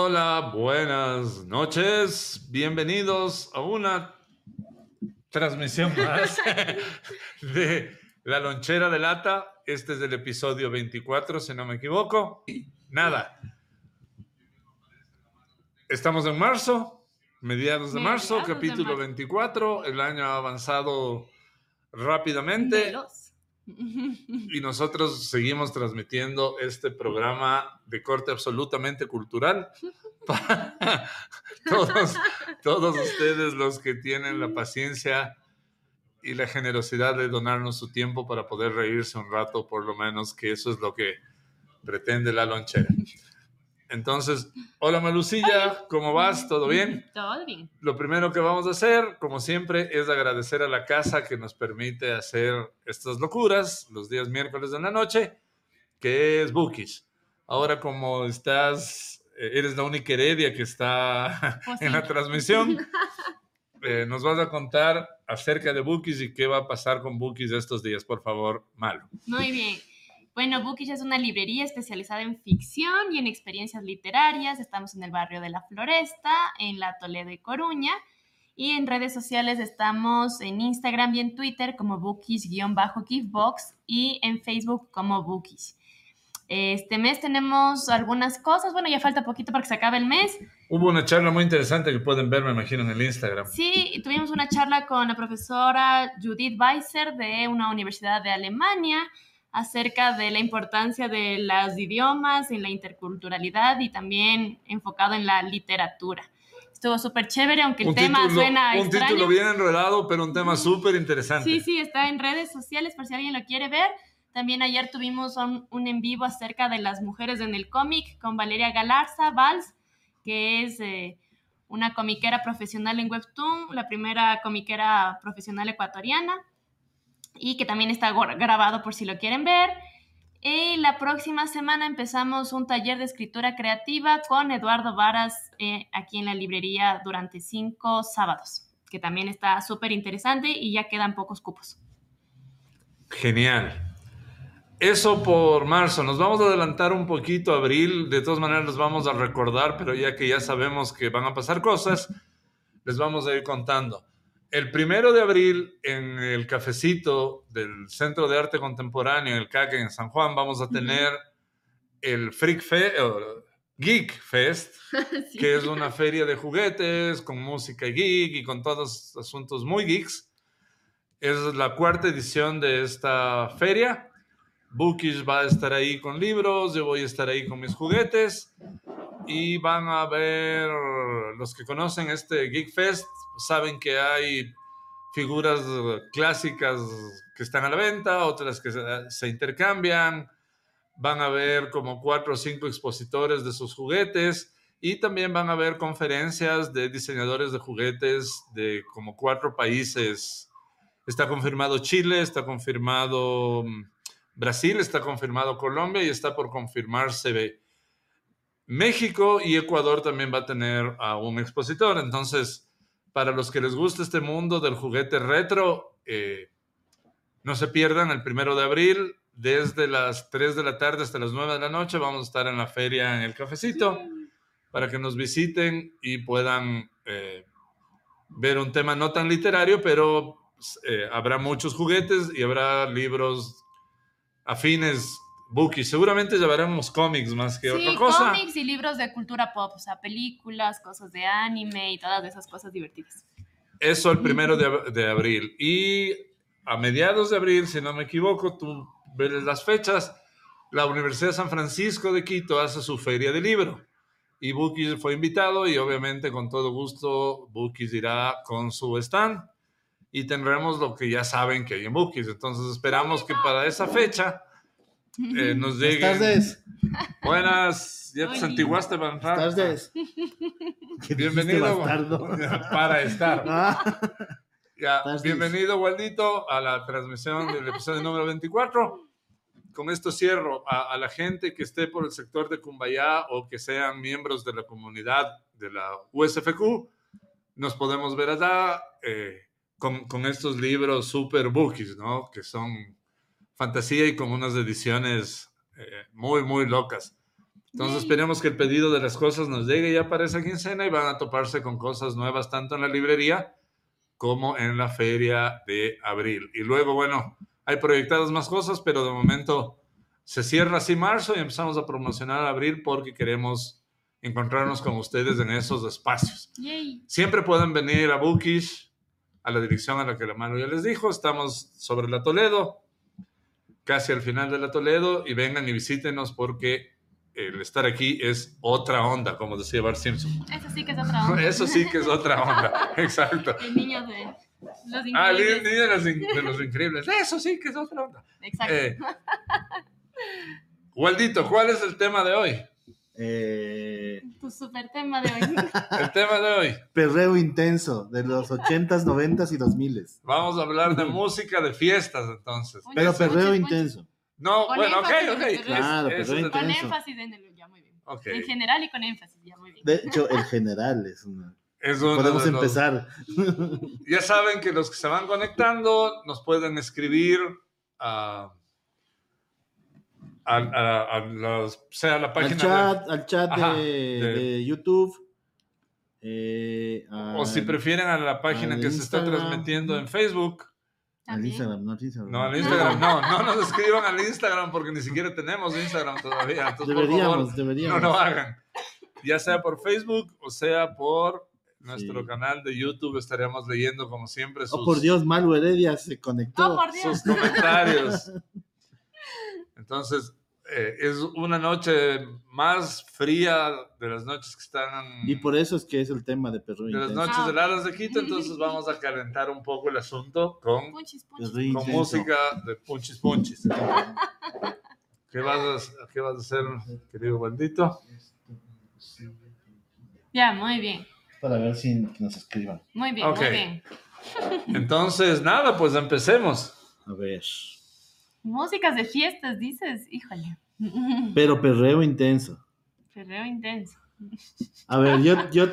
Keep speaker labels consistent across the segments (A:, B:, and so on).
A: Hola, buenas noches. Bienvenidos a una transmisión más de La Lonchera de Lata. Este es el episodio 24, si no me equivoco. Nada. Estamos en marzo, mediados de marzo,
B: Mediados de
A: capítulo
B: marzo.
A: 24. El año ha avanzado rápidamente.
B: Veloz.
A: Y nosotros seguimos transmitiendo este programa de corte absolutamente cultural para todos, todos ustedes los que tienen la paciencia y la generosidad de donarnos su tiempo para poder reírse un rato, por lo menos, que eso es lo que pretende la lonchera. Entonces, hola Malucilla, ¿cómo vas? ¿Todo bien?
B: Todo bien.
A: Lo primero que vamos a hacer, como siempre, es agradecer a la casa que nos permite hacer estas locuras los días miércoles de la noche, que es Bookies. Ahora como estás, eh, eres la única heredia que está
B: Pues
A: en la
B: sí.
A: transmisión, eh, nos vas a contar acerca de Bookies y qué va a pasar con Bookies estos días, por favor, malo.
B: Muy bien. Bueno, Bookish es una librería especializada en ficción y en experiencias literarias. Estamos en el barrio de la Floresta, en la Toledo y Coruña. Y en redes sociales estamos en Instagram y en Twitter como Bookish-Giftbox y en Facebook como Bookish. Este mes tenemos algunas cosas. Bueno, ya falta poquito para que se acabe el mes.
A: Hubo una charla muy interesante que pueden ver, me imagino, en el Instagram.
B: Sí, tuvimos una charla con la profesora Judith Weiser de una universidad de Alemania acerca de la importancia de los idiomas en la interculturalidad y también enfocado en la literatura. Estuvo súper chévere, aunque el tema suena
A: un
B: extraño.
A: título bien enredado, pero un tema súper interesante.
B: Sí, sí, está en redes sociales por si alguien lo quiere ver. También ayer tuvimos un, un en vivo acerca de las mujeres en el cómic con Valeria Galarza Valls, que es eh, una comiquera profesional en Webtoon, la primera comiquera profesional ecuatoriana, y que también está gor- grabado por si lo quieren ver. Y la próxima semana empezamos un taller de escritura creativa con Eduardo Varas eh, aquí en la librería durante cinco sábados, que también está súper interesante y ya quedan pocos cupos.
A: Genial. Eso por marzo. Nos vamos a adelantar un poquito a abril. De todas maneras, los vamos a recordar, pero ya que ya sabemos que van a pasar cosas, les vamos a ir contando. El primero de abril, en el cafecito del Centro de Arte Contemporáneo, el CAC en San Juan, vamos a tener el Freak Fe- o Geek Fest, que es una feria de juguetes con música geek y con todos asuntos muy geeks. Es la cuarta edición de esta feria. Bookish va a estar ahí con libros, yo voy a estar ahí con mis juguetes y van a ver, los que conocen este Geek Fest saben que hay figuras eh, clásicas que están a la venta, otras que se- se intercambian, van a ver como cuatro o cinco expositores de sus juguetes y también van a haber conferencias de diseñadores de juguetes de como cuatro países. Está confirmado Chile, está confirmado mm, Brasil, está confirmado Colombia y está por confirmarse ve, México y Ecuador también va a tener a un expositor. Entonces, para los que les gusta este mundo del juguete retro, eh, no se pierdan el primero de abril, desde las 3 de la tarde hasta las 9 de la noche, vamos a estar en la feria en el cafecito para que nos visiten y puedan eh, ver un tema no tan literario, pero eh, habrá muchos juguetes y habrá libros afines, bookies. Seguramente llevaremos cómics más que
B: Sí,
A: otra cosa.
B: cómics y libros de cultura pop, o sea, películas, cosas de anime y todas esas cosas divertidas.
A: Eso el primero de, ab- de abril. Y a mediados de abril, si no me equivoco, tú ves las fechas, la Universidad de San Francisco de Quito hace su feria de libro. Y Bookies fue invitado y obviamente con todo gusto Bookies irá con su stand y tendremos lo que ya saben que hay en Bookies. Entonces esperamos que para esa fecha eh, nos
C: Buenas
A: lleguen...
C: tardes.
A: Buenas, ya te
B: Oli.
A: santiguaste, Van Rafa.
C: Buenas tardes. ¿Qué
A: Ah.
C: dijiste,
A: Bienvenido
C: bastardo?
A: para estar.
C: Ah,
A: Ya,
C: Estás
A: bienvenido, Waldito, a la transmisión del episodio número 24. Con esto cierro a, a la gente que esté por el sector de Cumbayá o que sean miembros de la comunidad de la USFQ. Nos podemos ver allá eh, con, con estos libros super bookies, ¿no? Que son fantasía y con unas ediciones eh, muy, muy locas. Entonces esperemos que el pedido de las cosas nos llegue ya para esa quincena y van a toparse con cosas nuevas tanto en la librería como en la feria de abril. Y luego, bueno, hay proyectadas más cosas, pero de momento se cierra así marzo y empezamos a promocionar abril porque queremos encontrarnos con ustedes en esos espacios.
B: Yay.
A: Siempre pueden venir a Bookish, a la dirección a la que la mano ya les dijo. Estamos sobre la Toledo, casi al final de la Toledo, y vengan y visítenos porque el estar aquí es otra onda, como decía Bart Simpson.
B: Eso sí que es otra onda.
A: Eso sí que es otra onda, exacto.
B: El niño de los increíbles.
A: Ah, el niño de los, in de los increíbles. Eso sí que es otra onda.
B: Exacto. Eh,
A: Waldito, ¿cuál es el tema de hoy?
C: Eh,
B: Tu super tema de hoy.
A: El tema de hoy.
C: perreo intenso de los 80s, 90s y 2000s.
A: Vamos a hablar de música de fiestas entonces.
B: Oye,
C: Pero
B: sí,
C: perreo
B: oye,
C: intenso.
A: No,
B: Con
A: bueno, ok,
B: énfasis
A: ok.
B: en el
A: Ese-
C: Claro, pero
A: ese es el-
B: Con
C: Intenso.
B: énfasis en el, ya muy bien.
A: ok.
B: En general y con énfasis, ya muy bien.
C: De hecho, el general es una.
A: Es uno
C: Podemos
A: de los-
C: empezar.
A: Ya saben que los que se van conectando nos pueden escribir a, a, a- a los- sea la
C: Al
A: página web,
C: chat, al chat
A: Ajá,
C: de,
A: de-
C: de YouTube. eh,
A: o si
C: al-
A: prefieren a la página
C: al
A: que se está
C: Instagram.
A: transmitiendo en Facebook.
C: Al
B: También.
C: Instagram, no al Instagram.
A: No, al Instagram, no, no nos escriban al Instagram porque ni siquiera tenemos Instagram todavía. Entonces, por
C: Deberíamos,
A: favor,
C: deberíamos.
A: no lo hagan. Ya sea por Facebook o sea por nuestro
C: Sí.
A: canal de YouTube, estaremos leyendo como siempre sus,
C: Oh, por Dios, Malu Heredia se conectó.
B: Oh, por Dios.
A: sus comentarios. Entonces, eh, es una noche más fría de las noches que están
C: Y por eso es que es el tema de Perro
A: de las
C: Intenso.
A: noches del Alas de Quito. Entonces, vamos a calentar un poco el asunto con
B: Punchis, punchis.
C: Perreo
A: con
C: Intenso.
A: música de punchis punchis. ¿Qué vas a, qué vas a hacer, querido bandito?
B: Ya, muy bien.
C: Para ver si nos escriban.
B: Muy bien,
A: Ok.
B: muy bien.
A: Entonces, nada, pues empecemos.
C: A ver.
B: Músicas de fiestas, dices. Híjole.
C: Pero Perreo Intenso.
B: Perreo intenso.
C: A ver, yo, yo.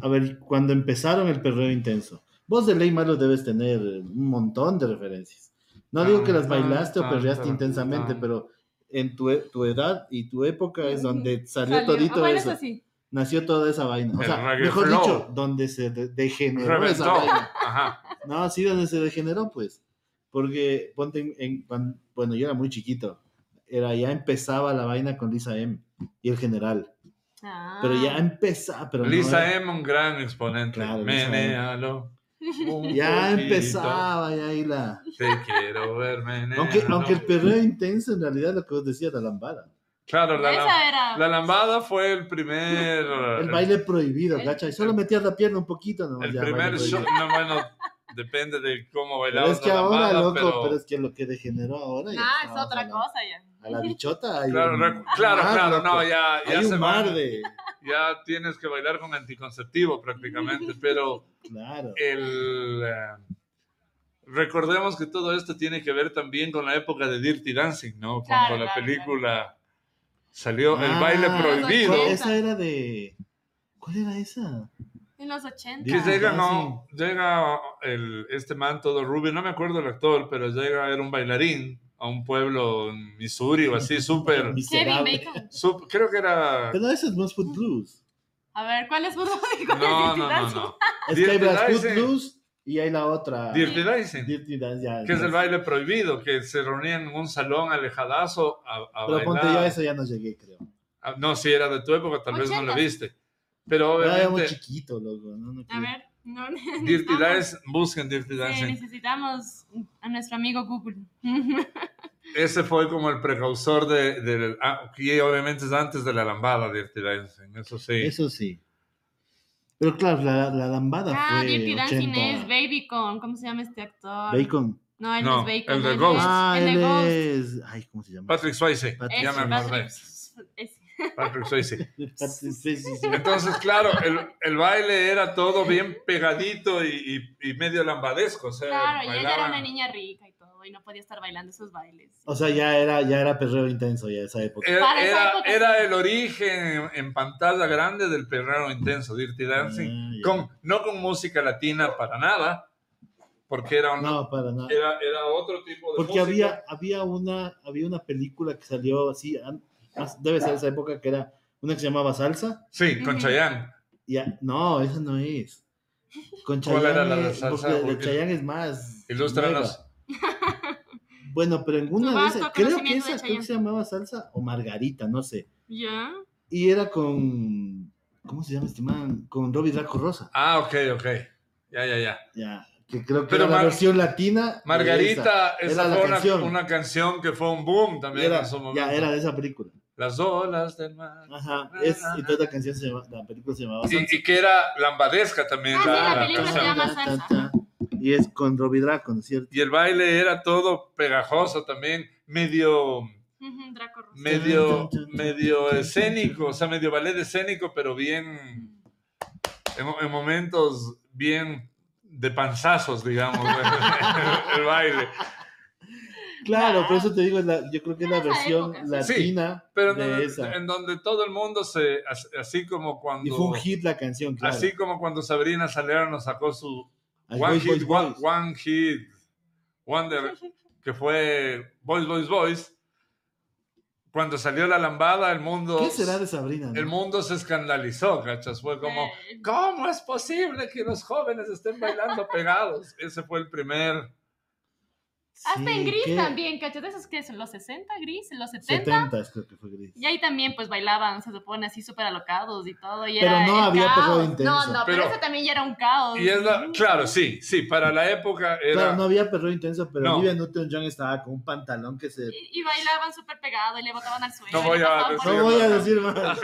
C: A ver, cuando empezaron el Perreo Intenso, vos de ley Malu debes tener eh, un montón de referencias. No digo que las bailaste o perreaste intensamente, pero en tu, e- tu edad y tu época es donde salió
B: Ah,
C: todito
B: bueno,
C: eso.
B: sí.
C: Nació toda esa vaina. O
A: El
C: sea,
A: reggae
C: mejor
A: flow.
C: dicho, donde se de- degeneró esa
A: Reventó.
C: vaina.
A: Ajá.
C: No, sí, donde se degeneró, pues. Porque, ponte en, en- cuan- bueno, yo era muy chiquito. Era, ya empezaba la vaina con Lisa M y el general.
B: Ah.
C: Pero ya empezaba, pero no
A: Lisa
C: era-
A: M, un gran exponente.
C: Claro, Lisa M.
A: Menealo. un
C: Ya
A: poquito.
C: empezaba ya ahí la.
A: Te quiero ver, menealo.
C: Aunque, aunque el perreo intenso en realidad lo que vos decías, la lambada.
A: Claro, la, la-
B: Esa era.
A: la lambada fue el primer.
C: El baile prohibido,
B: el-
C: gacha. Y solo metías la pierna un poquito nomás.
A: El
C: ya,
A: primer
C: baile
A: show.
C: prohibido.
A: No, bueno, depende de cómo
C: Pero
A: bailabas
C: es que
A: la
C: ahora,
A: lambada,
C: loco,
A: pero-
C: pero... es que lo que degeneró ahora. ya
B: Ah, es
C: estábamos a
B: otra
C: la-
B: cosa ya.
C: A la bichota. hay
A: Claro,
C: un
A: recu- claro,
C: mar,
A: claro,
C: loco.
A: no, ya,
C: Hay
A: ya se
C: un mar
A: van,
C: de.
A: ya tienes que bailar con anticonceptivo prácticamente, pero
C: Claro.
A: el eh, recordemos que todo esto tiene que ver también con la época de Dirty Dancing, ¿no?
B: Claro,
A: Cuando la
B: claro,
A: película salió El
C: Ah,
A: baile
B: Ido.
A: prohibido,
C: ¿cuál- Esa era de. ¿Cuál era esa?
B: En los 80.
A: que
C: Dirty
A: llega no,
C: Dancing.
A: llega el, este man todo rubio, no me acuerdo el actor, pero llega era un bailarín a un pueblo en Missouri o así súper
B: Kevin
C: Miserable.
B: Bacon.
A: sup- creo que era
C: Pero esa es más Food Blues.
B: A ver, ¿cuál es vos?
A: no, no, no, no.
C: Es que
A: Dirty
C: hay las Food
A: Dancing.
C: Blues y hay la otra.
A: Dirty Dancing.
C: Dirty Dance, ya.
A: que es el
C: ya.
A: baile prohibido, que se reunían en un salón alejadazo a, a
C: Pero ponte yo a
A: bailar.
C: eso ya no llegué, creo.
A: Ah, No, si era de tu época, tal vez no lo
B: Ochentas.
A: viste. Pero
C: Era muy
A: obviamente,
C: chiquito, loco. No, no
B: A
C: creo.
B: ver, no.
A: Dirty
B: necesitamos-
A: Dance, busquen Dirty
B: Sí,
A: Dancing.
B: necesitamos a nuestro amigo Google.
A: Ese fue como el precursor de, del- ah, y obviamente es antes de la lambada Dirty Dancing, eso sí.
C: Eso sí. Pero claro, la, la lambada
B: ah,
C: fue.
B: Dirty Dancing
C: 80.
B: es Baby con, ¿cómo se llama este actor?
C: Bacon.
B: No, él
A: No,
B: no es Bacon.
A: el de
B: no, él
A: Ghost.
B: es-
C: Ah,
B: el
C: él
B: de Ghost.
C: es. Ay, ¿cómo se llama?
A: Patrick Swayze,
C: Patrick
A: ya
B: Ese,
A: me acordé,
B: Patrick- ese.
A: Patrick Swayze.
C: Patrick- sí, sí, sí.
A: Entonces, claro, el, el baile era todo bien pegadito y, y- y medio lambadesco, o sea,
B: Claro, y ella era
A: bailaban-
B: una niña rica y todo, y no podía estar bailando esos bailes.
C: O sea, ya era, ya era perreo intenso ya esa época.
A: Era,
B: Para esa
A: era,
B: época,
A: era
B: sí.
A: el origen en pantalla grande del perreo intenso, Dirty Dancing.
C: Ah, ya.
A: Con, no con música latina para nada, porque era, un-
C: No, para nada.
A: era, era otro tipo de
C: Porque
A: música.
C: había, había, una, había una película que salió así, an- debe ser esa época que era una que se llamaba Salsa.
A: Sí, con
B: Ujú.
A: Chayanne.
C: Ya, no, esa no es. Con
A: ¿Cuál era la de
C: Chayanne,
A: Salsa?
C: porque la de
A: Porque-
C: Chayanne es más.
A: Ilústranos.
C: nueva. Bueno, pero en una
B: Tu
C: de
B: vasto
C: esas, creo que
B: conocimiento de
C: esa, creo que se llamaba Salsa o Margarita, no sé.
B: ¿Ya?
C: Y era con. ¿Cómo se llama este man? Con Robbie Draco Rosa.
A: Ah, ok, ok. Ya, ya, ya.
C: Ya, que creo que
A: Pero
C: era la
A: Mar-
C: versión latina. de
A: Margarita, esa
C: esa. Era la
A: fue una
C: canción.
A: canción. una canción que fue un boom también
C: Era-
A: en su momento.
C: ya, era de esa película.
A: Las olas del mar.
C: Ajá. Es, entonces la canción se llama, la película se llamaba Salsa.
A: Y, y que era lambadesca también.
B: Ah, sí,
A: la-
B: la
A: la
B: película se
A: canción.
B: llama
C: Ta, ta,
B: Salsa.
C: ta. Y es con Robbie Draco, ¿no es cierto?
A: Y el baile era todo pegajoso también, medio,
B: Ujú, Draco Rosa.
A: medio, medio escénico, o sea, medio ballet escénico, pero bien, en, en momentos bien de panzazos, digamos, el, baile.
C: Claro,
B: Ah.
C: por eso te digo, es la- yo creo que es la
B: Era esa
C: versión
B: época, sí.
C: latina
A: Pero en
C: de
A: donde,
C: esa.
A: en donde todo el mundo se, as- así como
C: Y fue un
A: cuando,
C: hit la canción, claro.
A: así como cuando Sabrina Salera nos sacó su
C: Al
A: One
C: Boys,
A: Hit,
C: Boys,
A: one,
C: Boys.
A: one Hit Wonder, que fue Boys, Boys, Boys. Cuando salió la lambada, el mundo...
C: ¿Qué será de Sabrina? no?
A: el mundo se escandalizó, ¿cachas? Fue como,
B: Eh,
A: ¿cómo es posible que los jóvenes estén bailando pegados? Ese fue el primer.
B: Hasta
C: Sí,
B: en gris
C: ¿qué?
B: también, ¿cachai? De esos que es los 60 gris, los 70.
C: 70 creo que fue gris.
B: Y ahí también pues bailaban, se supone, así súper alocados y todo. Y
C: Pero
B: era
C: no
B: el
C: había
B: caos.
C: perreo intenso.
B: No, no, pero,
A: Pero-
B: ese también ya era un caos.
A: Y es la, claro, sí, sí, para la época era.
C: Claro, no había perro intenso, pero
A: No.
C: Olivia Newton-John estaba con un pantalón que se...
B: Y, y bailaban súper pegado y le botaban al suelo.
A: No
B: y
A: voy
B: le
A: a
B: pasaban por
A: Sí,
C: No voy a
A: no.
C: decir más.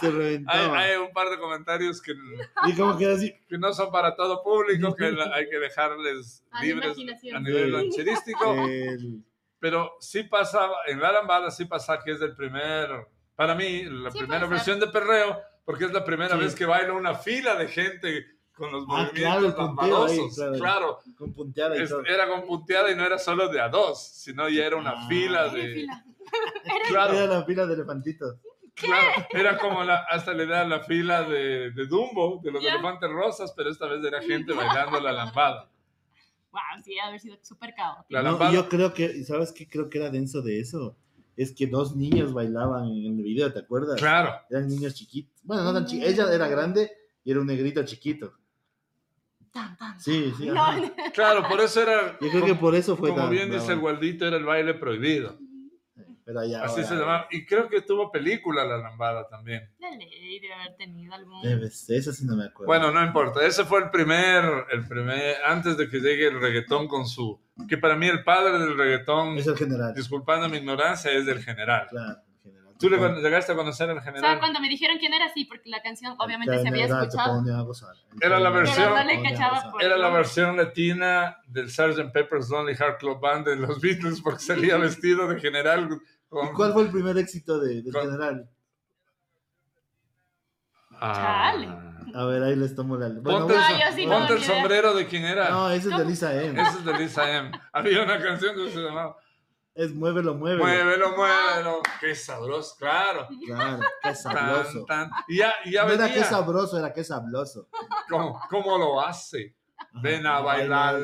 C: Se
A: hay,
C: reventaba.
A: hay un par de comentarios que,
C: Y como que era así,
A: que no son para todo público, que la- hay que dejarles
B: A la
A: libres
B: imaginación.
A: a nivel
C: Sí.
A: lancherístico.
C: el-
A: Pero sí pasaba, en la lambada sí pasa que es el primer, para mí, la
B: Sí,
A: primera
B: puede ser.
A: versión de perreo, porque es la primera
C: Sí.
A: vez que baila una fila de gente con los
C: Ah,
A: movimientos
C: claro, el punteo ahí,
A: lambadosos.
C: claro.
A: claro.
C: con punteada y
A: Es-
C: todo.
A: era con punteada y no era solo de a dos, sino ya era una
C: Ah.
A: fila
B: Era
A: de.
B: fila.
C: Era
A: Claro,
C: la fila de elefantitos.
A: claro. Era como la, hasta le da la fila de, de Dumbo, de los
B: Ya.
A: elefantes rosas, pero esta vez era gente bailando la lambada.
B: Wow, sí, ha de haber sido súper caótico.
A: La
C: No,
A: lambada.
C: yo creo que, ¿y ¿sabes qué? Creo que era denso de eso. Es que dos niños bailaban en el video, ¿te acuerdas?
A: Claro,
C: Eran niños chiquitos. Bueno, no tan chiquitos. Ella era grande y era un negrito chiquito.
B: Tan, tan.
C: Sí, sí.
B: No,
C: ajá.
A: claro, por eso era.
C: Yo creo que por eso fue
A: Como
C: tan
A: bien dice el
C: bravo.
A: Gualdito, era el baile prohibido.
C: Pero allá
A: Así
C: ahora
A: se llamaba. Y creo que tuvo película la lambada también.
B: la ley debe haber tenido algún...
C: debe ser, Eso sí no me acuerdo.
A: Bueno, no importa. Ese fue el primer, el primer, antes de que llegue el reggaetón con su, que para mí el padre del reggaetón,
C: Es el general.
A: disculpando mi ignorancia, es del general.
C: Claro, el general.
A: ¿Tú le
C: Te pone-
A: cono- llegaste a conocer al
B: O sea,
A: general?
B: cuando me dijeron quién era, sí, porque la canción obviamente
C: el
B: se había
C: general te
B: escuchado.
C: pone a gozar. El
A: Era la
C: general te
A: versión-
B: Pero no le
C: pone a
B: cachaba pues.
C: gozar.
B: por-
A: Era la versión latina del Sgt. Pepper's Lonely Heart Club Band de los Beatles porque salía vestido de general.
C: ¿Y
A: Con...
C: cuál fue el primer éxito de, del
A: Con-
C: general?
A: Ah.
B: Chale.
C: A ver, ahí les tomo la. Bueno,
A: Ponte, el,
B: Ah,
A: som-
B: yo sí, no,
A: ponte el
B: ni idea.
A: sombrero de quién era.
C: no, ese es de Lisa eh. M.
A: Ese es de Lisa M. Había una canción que se llamaba
C: Es muévelo, muévelo.
A: Muévelo, muévelo. Qué sabroso, claro.
C: Claro, qué sabroso.
A: Tan, tan. Y ya, y ya
C: no era
A: venía.
C: que sabroso, era que sabroso.
A: ¿Cómo, cómo lo hace?
C: Ajá,
A: Ven a bailar,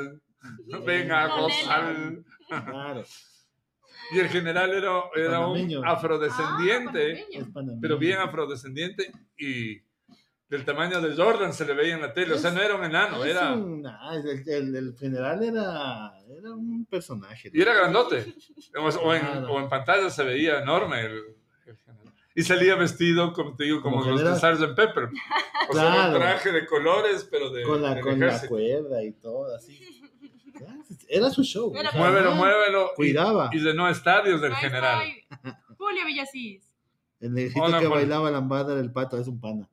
A: ven a
B: Con
A: gozar.
C: él. Claro,
A: Y el general era, era un
C: Panameño.
A: afrodescendiente,
B: Ah,
C: es panameño.
A: pero bien afrodescendiente y del tamaño de Jordan se le veía en la tele. O sea, no era un enano,
C: Es
A: era...
C: un- ah, el, el- el general era, era un personaje.
A: Y era grandote. O, o en,
C: Claro.
A: o en pantalla se veía enorme el, el general. Y salía vestido, como te digo, como
C: Como
A: los de Sgt. Pepper. O sea, un
C: Claro.
A: traje de colores, pero de...
C: Con la,
A: del
C: con la
A: ejército.
C: cuerda y todo, así. Era su show.
B: Era-
A: Muévelo,
C: ah,
A: muévelo. Y,
C: Cuidaba.
A: y llenó estadios del
B: Ahí
A: general.
B: estoy. Julio Villasís.
C: El negrito
A: Hola,
C: que
A: Juan.
C: bailaba lambada era el pato, es un pana.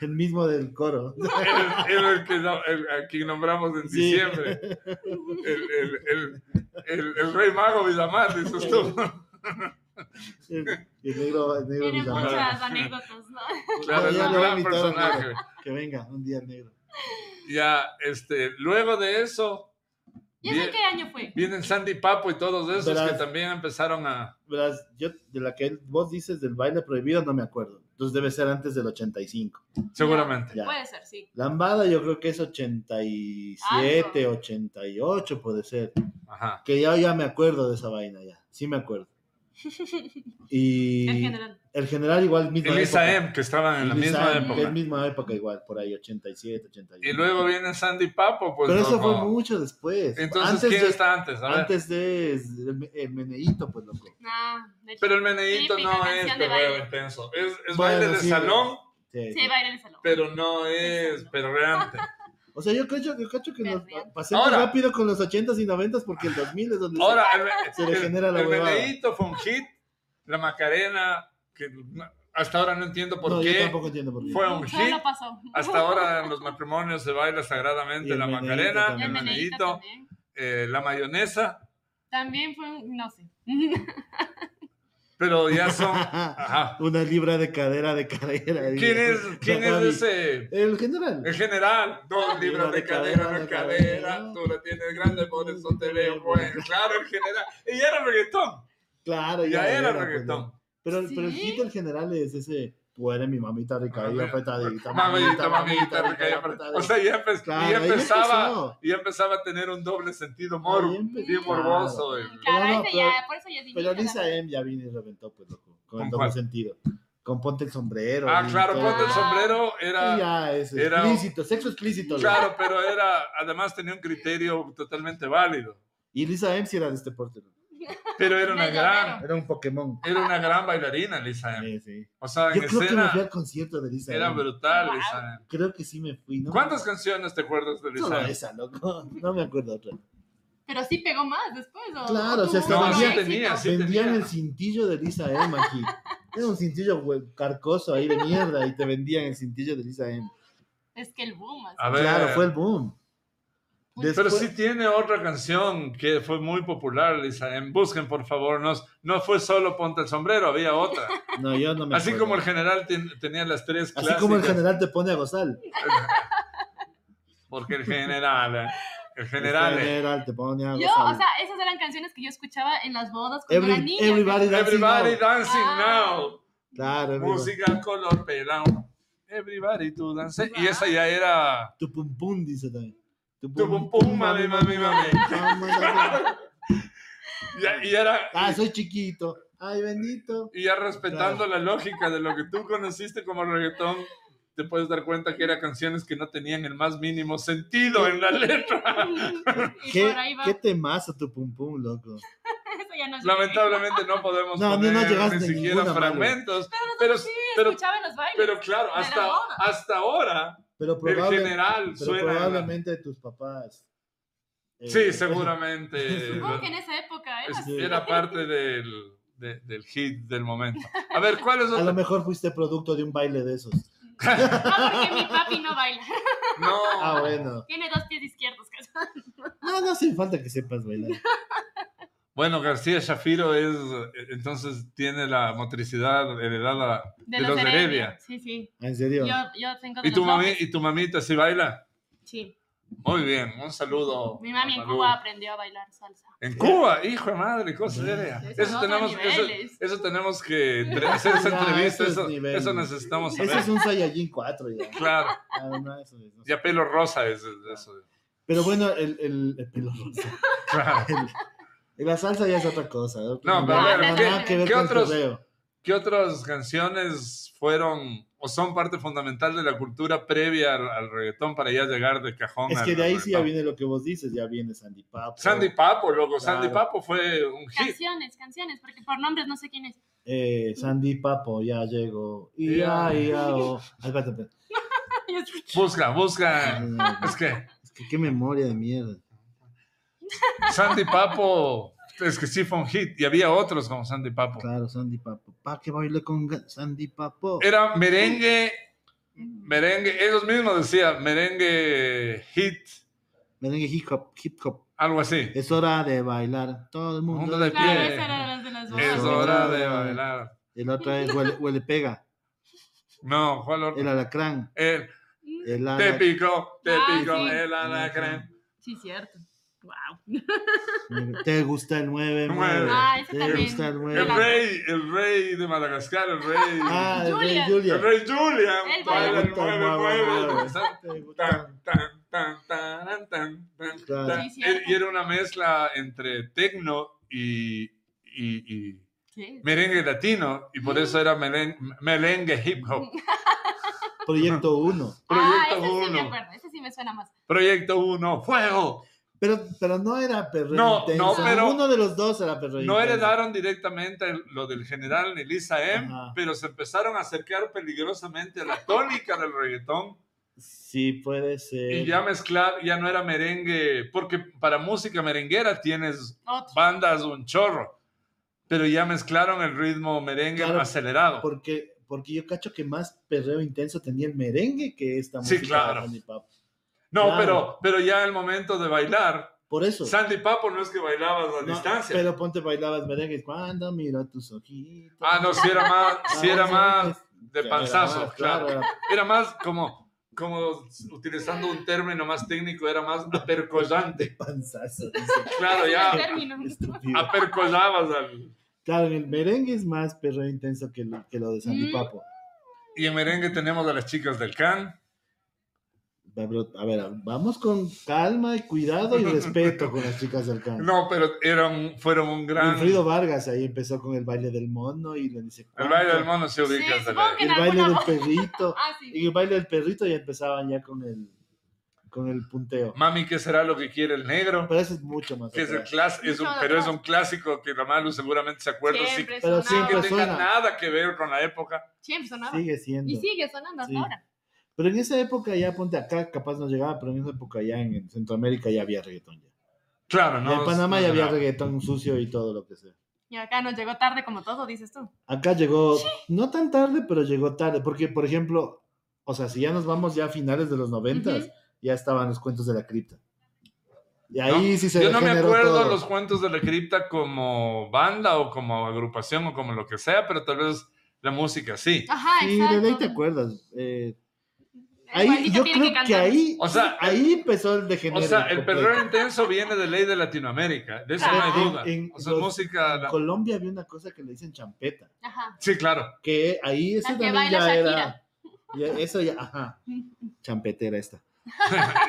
C: El mismo del coro.
A: Era el, era el que no- el- a quien nombramos en
C: Sí.
A: diciembre. El, el- el- el- el rey mago Villamar, dices tú.
C: El, el negro, el negro
B: Tiene
C: Villamar.
B: muchas anécdotas, ¿no?
A: Claro, es
C: Ya
A: un
C: lo voy a
A: gran
C: invitar a
A: personaje.
C: Que venga, un día el negro.
A: Ya, este, luego de eso,
B: ¿Y eso
A: vie-
B: qué año fue?
A: vienen Sandy Papo y todos esos
C: Verás.
A: que también empezaron a.
C: Verás, yo de la que vos dices del baile prohibido no me acuerdo. Entonces debe ser antes del 85.
A: Seguramente.
C: Ya.
B: Puede ser, sí.
C: Lambada yo creo que es 87, 88 puede ser.
A: Ajá.
C: Que ya, ya me acuerdo de esa vaina ya. Sí me acuerdo. Y
B: El general.
C: el general igual misma
A: Elisa
C: época.
A: M, que estaban en la
C: Elisa
A: misma
C: M, que es
A: época.
C: misma época igual, por ahí 87, 88.
A: Y luego viene Sandy Papo, pues.
C: Pero eso
A: loco.
C: fue mucho después.
A: Entonces,
C: antes
A: ¿quién
C: de,
A: está antes? A ver.
C: antes de el, el meneíto, pues loco.
B: Ah, de hecho,
A: Pero el meneíto
B: Típica
A: no
B: canción
A: es
B: de
A: perreo
B: baile.
A: intenso. Es, es
C: Bueno,
A: baile de
C: sí,
A: salón,
C: Sí,
B: sí, va a ir en el salón.
A: pero no es perreante.
C: O sea, yo cacho, yo cacho que nos
B: Perdiendo.
C: pasemos
A: Ahora.
C: rápido con los 80s y 90s porque el 2000 es donde
A: Ahora,
C: Se
A: el,
C: le
A: el-
C: genera la
A: el
C: huevada.
A: meneíto fue un hit. La Macarena, que no- hasta ahora no entiendo por
C: no, yo
A: qué,
C: tampoco entiendo por qué.
A: fue un
B: Solo
A: hit.
B: pasó.
A: Hasta ahora en los matrimonios se baila
C: Y
A: sagradamente
C: el
A: la
C: meneíto
A: Macarena,
B: Y
C: también.
A: el
B: meneíto
A: meneíto,
B: también.
A: eh, la mayonesa,
B: También fue un, no sé.
A: pero ya son. Ajá.
C: Una libra de cadera de cadera.
A: ¿Quién es, quién es
C: Javi.
A: ese?
C: El general.
A: En general, dos libras de cadera, de cadera, tú la tienes grande, por eso te veo, pues, claro, el general. Y era reggaetón,
C: Claro,
A: ya era
C: pues,
A: reggaetón.
C: ¿no? Pero, pero el
B: Sí.
C: hit del general es ese. Tú eres mi mamita recaída,
A: Mamita,
C: apretadita.
A: Ah, Mamita, mamita, recaía,
C: apretadita.
A: o sea, ya, empe-
C: Claro,
A: ya
C: ahí
A: empezaba,
C: empezó.
A: ya empezaba a tener un doble sentido moro,
C: Ahí empezó.
A: bien morboso. el-
B: Claro,
C: no,
B: ese
C: pero-
B: ya, por eso ya es
C: Pero
B: indígena,
C: Lisa
B: ¿verdad?
C: M ya vino y reventó, pues loco. Con,
A: ¿Con
C: el doble
A: cuál?
C: sentido. Con ponte el sombrero.
A: Ah,
C: y
A: claro,
C: todo.
A: ponte el sombrero,
C: Y
A: era,
C: ya es
A: era-
C: explícito, sexo explícito. loco.
A: claro, pero era, además tenía un criterio totalmente válido,
C: Y Lisa M sí era de este porte. loco.
A: pero era una
B: Me
A: gran,
B: llamaron.
C: Era un Pokémon.
A: era una gran bailarina, Lisa M.
C: Sí, sí.
A: O Ah, sea, en
C: Yo creo que me fui
A: escena
C: al concierto de Lisa
A: era
C: M.
A: brutal,
B: Wow.
A: Lisa M.
C: Creo que sí me fui, ¿no?
A: ¿Cuántas canciones te acuerdas de
C: Solo
A: Lisa?
C: esa, loco. No me acuerdo otra.
B: Pero sí pegó más después. ¿o?
C: Claro,
B: ¿O
C: o sea,
B: tuvo
C: hasta
B: más
C: vendía-
B: éxito?
A: tenía, sí.
C: Vendían
A: tenía.
C: el cintillo de Lisa M aquí. Era un cintillo güey, carcoso ahí de mierda y te vendían el cintillo de Lisa M.
B: Es que el boom. así.
A: A ver,
C: Claro, fue el boom.
B: Pero
A: pero
C: Después-
A: sí tiene otra canción que fue muy popular, Lisa. M. Busquen, por favor. No, no fue solo Ponte el Sombrero, había otra.
C: No, yo no me
A: Así
C: acuerdo.
A: como el general ten- tenía las tres
C: Así
A: clásicas.
C: como el general te pone a gozar.
A: Porque el general, eh, el general,
C: El
A: eh,
C: general te pone a
B: Yo,
C: gozar.
B: o sea, esas eran canciones que yo escuchaba en las bodas cuando
C: Every-
B: era niña.
C: everybody dancing
A: Everybody
C: now.
A: Dancing
B: Ah.
A: Now.
C: Claro, everybody.
A: Música color pelado. Everybody to dance. Y
B: Wow.
A: esa ya era.
C: Tu pum pum dice también. Tu
A: pum pum, mami, mami, mami. Ya, y era.
C: Ah, soy chiquito. Ay, bendito.
A: Y ya respetando la lógica de lo que tú conociste como reggaetón, te puedes dar cuenta que eran canciones que no tenían el más mínimo sentido en la letra.
B: Y
C: ¿Qué,
B: por ahí va.
C: qué temazo tu pum pum, loco.
B: Eso ya no es-
A: Lamentablemente no podemos
C: No, no, no
A: poner
C: llegaste
A: ni
C: a
A: siquiera
C: ninguna, Mario.
A: fragmentos, pero,
B: Sí,
A: pero,
B: escuchaba en los bailes.
A: pero claro,
B: de la
A: hasta,
B: boda.
A: hasta ahora
C: Pero
A: el
C: probable-
A: general
C: pero
A: suena...
C: probablemente tus papás. eh,
A: Sí, seguramente
B: Supongo que en esa época ¿eh? era
A: es-
B: así.
A: era parte del, de- del hit del momento. A ver, ¿cuál es
C: A lo
A: otro?
C: mejor fuiste producto de un baile de esos.
B: Ah, porque mi papi no baila.
A: No,
C: Ah, bueno.
B: Tiene dos pies izquierdos. ¿cachai?
C: No, no hace falta que sepas bailar.
A: Bueno, García Shafiro es, eh, entonces tiene la motricidad heredada de, los de Heredia.
B: Sí, sí.
C: En serio.
B: Yo, yo tengo de
A: ¿Y tu,
B: los
A: mami,
B: López.
A: ¿Y tu mamita sí baila?
B: Sí.
A: Muy bien, un saludo.
B: Mi mami
A: a
B: en
A: Ah, Malú.
B: Cuba aprendió a bailar salsa.
A: En Cuba, hijo de madre, cosa seria.
B: Sí,
A: Eso
B: son
A: tenemos,
B: otros
A: eso,
B: niveles.
A: eso tenemos que entre- hacer esa
C: Ya,
A: entrevista,
C: esos
A: eso,
C: niveles.
A: eso necesitamos saber.
C: Ese es un Saiyajin 4 ya.
A: Claro,
C: Claro, no, eso es, no.
A: ya pelo rosa es es- eso.
C: Pero bueno, el, el, el pelo rosa.
A: Claro.
C: El- la salsa ya es otra cosa. No,
A: No, pero
B: a ver, ¿qué-
C: nada que ver
A: qué
C: con
A: otros-
C: el perreo.
A: ¿Qué otras canciones fueron o son parte fundamental de la cultura previa al, al reggaetón para ya llegar de cajón?
C: Es
A: al-
C: que de
A: al
C: ahí sí ya
A: reggaetón?
C: viene lo que vos dices, ya viene Sandy Papo.
A: Sandy Papo, loco.
C: Claro.
A: Sandy Papo fue un hit.
B: Canciones, canciones, porque por nombres no sé quién es.
C: Eh, Sandy Papo, ya llegó. Y
A: Ya.
C: ya, y ya. oh. Ah, espérate, espérate.
A: Busca, busca.
C: Ah,
A: Es que
C: Es que qué memoria de mierda.
A: Sandy Papo, es que sí fue un hit. Y había otros como Sandy Papo.
C: Claro, Sandy Papo. Pa que baile con ga- Sandy Papo.
A: Era merengue, merengue, ellos mismos decían merengue hit,
C: Merengue hip hop, hip hop.
A: algo así.
C: Es hora de bailar. Todo el mundo.
A: Mundo de
B: Claro,
A: pie.
B: esa era de las de las bodas.
A: Es
C: Eso.
A: hora de bailar.
C: El otro es huele, huele pega.
A: No, ¿cuál otro?
C: El alacrán.
A: El,
C: El
A: te
C: alacrán.
A: pico, te
B: Ah,
A: pico,
B: sí.
A: el alacrán.
B: Sí, cierto. Wow.
C: Te gusta el 9,
A: Nueve.
B: Ah, ese
C: Te
B: también.
C: gusta el
A: El
C: 9.
A: rey, el rey de Madagascar, el rey.
C: Ah, el rey
B: Julia.
A: El
C: Julia.
A: rey Julian.
B: El
A: baila el mueve,
C: baila.
A: mueve,
C: Mueve,
A: tan,
C: Te gusta.
A: tan, tan, tan, tan, tan, tan.
C: Claro.
B: Sí, cierto.
A: Y era una mezcla entre tecno y, y, y-
B: Sí.
A: merengue latino y por eso era melen- merengue hip hop.
C: Proyecto 1.
B: Ah,
A: Proyecto
B: ese sí me
A: uno.
B: acuerdo, ese sí me suena más.
A: Proyecto 1, fuego.
C: Pero, pero no era perro
A: No,
C: intenso.
A: no, pero-
C: Ninguno de los dos era perro
A: No
C: intenso.
A: heredaron directamente el- lo del general Elisa M,
C: Ajá.
A: pero se empezaron a acercar peligrosamente a la tónica del reggaetón
C: Sí, puede ser.
A: y ya mezclar, ya no era merengue, porque para música merenguera tienes
B: Otro.
A: bandas un chorro, pero ya mezclaron el ritmo merengue
C: Claro,
A: acelerado.
C: Porque, porque yo cacho que más perreo intenso tenía el merengue que esta
A: Sí,
C: música.
A: claro.
C: de Sandy Papo.
A: No,
C: claro.
A: pero, pero ya el momento de bailar,
C: Por eso.
A: Sandy Papo no es que bailabas a
C: No,
A: distancia.
C: Pero ponte bailabas merengue. Cuando miro tus ojitos.
A: Ah, no, si era más, si era
C: Ah,
A: más de
C: Era
A: panzazo,
C: más,
A: claro.
C: era-
A: Era más como, como utilizando un término más técnico, era más apercollante.
C: Panzazo. dice.
A: Claro,
B: Ese
A: ya
B: término.
C: Estúpido.
A: Ah. apercollabas al...
C: Claro, en el merengue es más perreo intenso que lo, que lo de Sandy
B: Mm.
C: Papo.
A: Y en merengue tenemos a las chicas del can.
C: Ah. Pero, A ver, vamos con calma y cuidado y respeto con las chicas del campo.
A: No, pero eran, fueron un gran...
C: Wilfrido Vargas ahí empezó con el baile del mono y le dice
A: El
C: "¿Cuánto?".
A: baile del mono se
B: Sí,
A: ubica. hasta
B: supongo
A: la-
C: Y el
B: En
C: baile del
B: alguna
C: perrito.
B: Ah, sí.
C: Y el baile del perrito ya empezaban ya con el con el punteo.
A: Mami, ¿qué será lo que quiere el negro?
C: Pero eso es mucho más.
A: Que es el
C: atrás.
A: clas- es un-
B: Mucho
A: pero es
B: atrás.
A: un clásico que la Malu seguramente se acuerda. sí,
B: Siempre
C: Pero
B: sonaba.
A: que
C: siempre-
A: tenga
C: suena.
A: nada que ver con la época.
B: Siempre sonaba.
C: Sigue siendo.
B: Y sigue sonando hasta
C: Sí.
B: ahora.
C: Pero en esa época ya, ponte acá, capaz no llegaba, pero en esa época ya en Centroamérica ya había reggaetón. Ya.
A: Claro, ¿no?
C: en Panamá
A: no
C: ya había
A: era-
C: reggaetón sucio y todo lo que sea.
B: Y acá nos llegó tarde como todo, dices tú.
C: Acá llegó, no tan tarde, pero llegó tarde, porque por ejemplo, o sea, si ya nos vamos ya a finales de los noventas,
B: Ujú.
C: ya estaban los cuentos de la cripta. Y
A: ¿no?
C: ahí sí se
A: Yo no me
C: degeneró
A: acuerdo
C: todo.
A: los cuentos de la cripta como banda o como agrupación o como lo que sea, pero tal vez la música sí.
B: Ajá,
C: Sí,
B: Ah, exacto.
C: de ley te acuerdas. eh,
B: El
C: ahí,
B: maldito
C: yo
B: tiene
C: creo que,
B: cantar.
C: ahí,
A: O sea,
C: ahí empezó Ah, el degenero.
A: O sea, el
C: completo.
A: perreo intenso viene de ley de Latinoamérica, de eso no hay
C: Claro.
A: duda.
C: En- en
A: O sea,
C: los-
A: música...
C: En
A: la-
C: Colombia había una cosa que le dicen champeta,
B: Ajá.
A: Sí, claro.
C: que ahí eso
B: La que
C: también
B: baila
C: ya era.
B: Shakira.
C: ya- eso ya, ajá, champetera esta.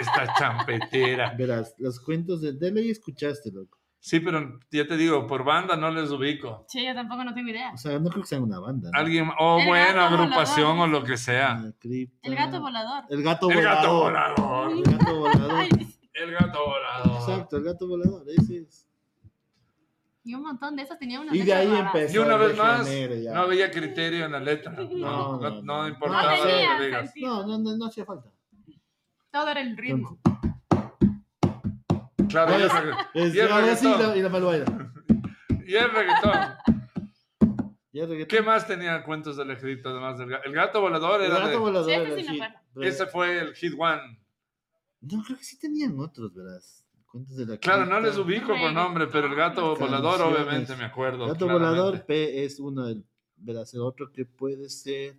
A: Esta champetera.
C: Verás, los cuentos de, de ley escuchaste, loco.
A: Sí, pero ya te digo, por banda no les ubico.
B: Sí, yo tampoco no tengo idea.
C: O sea, no creo que sean una banda. ¿no?
A: Alguien, o
B: El
A: buena
B: gato
A: agrupación
B: volador.
A: o lo que sea.
C: La cripta.
B: El gato volador.
C: El gato
A: El gato
C: volador.
A: volador.
C: El gato volador.
B: Ay,
A: El gato volador.
C: Exacto, el gato volador. Ese es.
B: y un montón de esas tenía unas
C: Y de ahí
B: letras raras.
C: empezó.
A: Y una
C: el
A: vez más,
C: degenero ya.
A: no había criterio en la letra. No, no,
C: No, no,
A: Ah, no
C: no.
A: importaba
B: No
A: lo
C: Ahora
B: tenía
A: que digas.
B: sentido.
C: No, no, no, no hacía falta.
B: Todo era el ritmo.
A: Claro,
C: No,
A: y el
C: es-
A: regga-
C: Es,
A: y el
C: ahora sí,
A: reggaetón.
C: la, y la mal baila.
A: Y el reggaetón.
C: Ya el reggaetón.
A: ¿Qué más tenía cuentos del ejército además del gato? El gato volador
C: El
A: era
C: gato
A: de...
C: volador.
B: Sí, ese sí
C: era
B: me
C: así,
B: acuerdo.
C: re-
A: Ese fue el hit one.
C: No, creo que sí tenían otros, ¿verdad? Cuentos de la
A: Claro, no
C: cripta.
A: les ubico por nombre, pero el gato volador
C: Canciones.
A: obviamente me acuerdo.
C: Gato
A: claramente.
C: volador P es uno del. Verás, el otro que puede ser.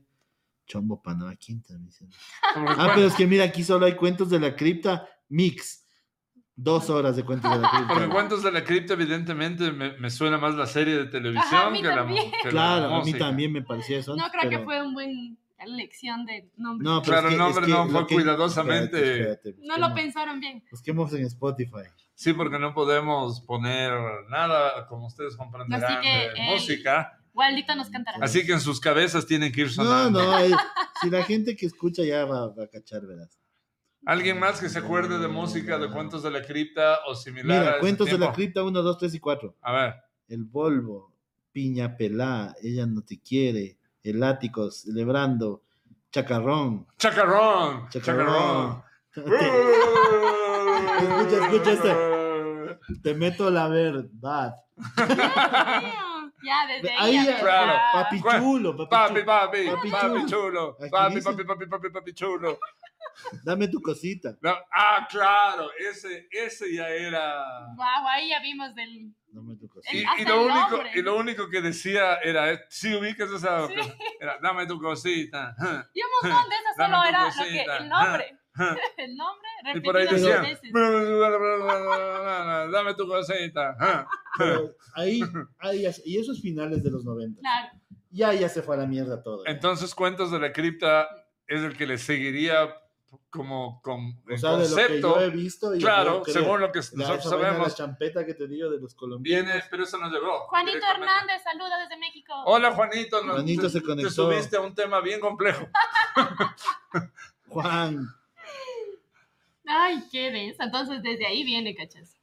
C: Chombo Panamá Quinta, me dicen.
A: Porque,
C: Ah, pero es que mira, aquí solo hay cuentos de la cripta mix. Dos horas de cuentos de la
A: porque
C: cripta.
A: cuentos de la cripta evidentemente me, me suena más la serie de televisión
B: Ajá, a mí
A: que, la,
B: también.
A: que la
C: Claro, a mí
A: música.
C: también me parecía eso.
B: No
C: antes,
B: creo
C: pero-
B: que fue una buena elección de nombre. No,
C: No, pero
A: Claro,
C: es que-
A: el nombre
C: es que
A: no
C: lo
A: fue
C: que-
A: cuidadosamente-
C: Espérate, espérate,
B: lo
C: busquemos-
B: pensaron bien.
C: Busquemos en Spotify.
A: Sí, porque no podemos poner nada, como ustedes comprenderán,
B: Así que
A: de
B: el-
A: música.
B: Waldito nos cantará.
A: Así que en sus cabezas tienen que ir
C: No,
A: sonando.
C: no, eh, si la gente que escucha ya va, va a cachar, verás.
A: ¿Alguien más que se acuerde de música, de cuentos de la cripta o similar? a
C: Mira,
A: ese
C: cuentos de la
A: tiempo?
C: cripta 1, 2, 3 y 4.
A: A ver.
C: El Volvo, Piña Pelá, Ella no te quiere, El Ático, Celebrando, Chacarrón.
A: Chacarrón. Chacarrón. escucha,
C: escucha este. Te meto la verdad.
B: Mío. Ya, desde ahí.
C: Ahí,
B: ya,
A: claro,
B: ya.
C: Papi
A: Bueno,
C: chulo, papi,
A: Papi,
C: chulo.
A: papi,
C: Papi
A: papi chulo. Papi,
C: Agiliza.
A: papi, papi, papi, papi chulo.
C: Dame tu cosita.
A: No, Ah, claro, ese, ese ya era.
B: Guau, ahí ya vimos del.
C: Dame tu cosita.
A: Y,
B: Hasta
A: y lo
B: el
A: único,
B: nombre.
A: y lo único que decía era, "Eh, si ubicas esa,
B: Sí.
A: era, dame tu cosita.
B: Y un montón de esas
A: Dame
B: solo
A: tu
B: era lo que,
A: cosita.
B: el nombre.
A: Ah, ah.
B: El nombre
A: Y por ahí
B: repetido
A: decía,
B: dos veces.
A: dame tu cosita.
C: Pero ahí, ahí, ya se- y esos finales de los 90.
B: Claro.
C: Ya, ya se fue a la mierda todo. ya.
A: Entonces, Cuentos de la Cripta es el que le seguiría como, como
C: O
A: en
C: sea, de lo que
A: concepto,
C: yo he visto. y
A: claro,
C: puedo creer.
A: según lo que
C: La-
A: nosotros
C: esa vaina de La
A: sabemos,
C: champeta que te digo de los colombianos.
A: viene, pero eso nos llegó.
B: Juanito
A: directamente.
B: Hernández, saluda desde México.
A: Hola Juanito, nos-
C: Juanito
A: te-
C: se
A: te
C: conectó.
A: subiste a un tema bien complejo.
C: Juan.
B: Ay, qué densa. Entonces, desde ahí viene, cachas.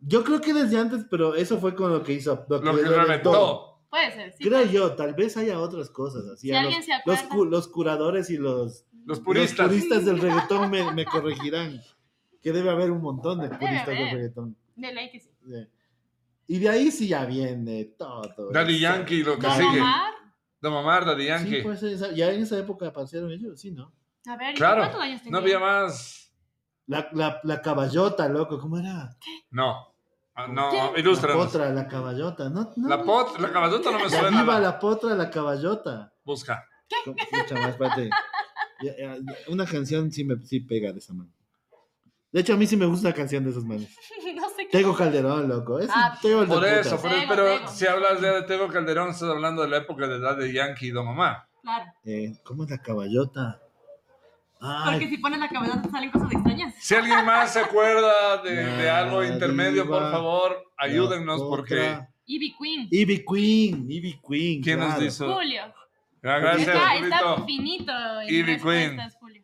C: Yo creo que desde antes, pero eso fue con lo que hizo.
A: Lo que
C: reventó.
A: reventó.
B: Puede ser, sí.
C: Creo yo, tal vez haya otras cosas. Así,
B: Si
C: a
B: alguien
C: los,
B: se acuerda.
C: los cu- los curadores y los,
A: Los
C: los
A: puristas.
C: puristas del reggaetón me, me corregirán. Que debe haber un montón de puristas del
B: haber.
C: reggaetón.
B: De ley que sí.
C: Eh, Y de ahí sí ya viene todo.
A: Daddy
C: eso.
A: Yankee, lo que
B: Don
A: sigue.
B: Omar.
A: Don Omar, Daddy
C: Sí,
A: Yankee.
C: pues, esa- ya en esa época aparecieron ellos, sí, ¿no?
B: A ver, ¿y
A: Claro,
B: ¿cuántos años tenía?
A: No había más.
C: La, la, la caballota, loco, ¿cómo era?
A: No. Ah, No,
B: ¿Qué?
C: La
A: ilústranos.
C: potra, la caballota. No, no,
A: La pot, la caballota no me
C: La
A: suena.
C: diva,
A: la-
C: la potra, la caballota.
A: Busca.
C: ¿Cómo- pucha, más, espérate. Ya, ya, ya, Una canción sí me sí pega de esa mano. De hecho, a mí sí me gusta la canción de esas manos.
B: no sé qué.
C: Tego Calderón, loco. Es
B: Ah,
C: Tego el de
A: Por eso,
C: putas.
A: por eso,
B: Tego,
A: pero
B: Tego.
A: si hablas de Tego Calderón, estás hablando de la época de Daddy Yankee y Don Omar.
B: Claro.
C: Eh, ¿Cómo es la caballota? Ay,
B: Porque si pones la cabeza te salen cosas extrañas.
A: Si alguien más se acuerda de, de algo
C: La
A: intermedio, por
C: diva,
A: favor,
C: la
A: ayúdennos
C: potra.
A: porque.
B: Ivy Queen.
C: Ivy Queen, Ivy Queen.
A: ¿Quién nos
C: claro.
A: hizo?
B: Julio.
A: Ah, Gracias,
B: está, está
A: Julito.
B: finito. en
A: Ivy
B: respuestas, Julio.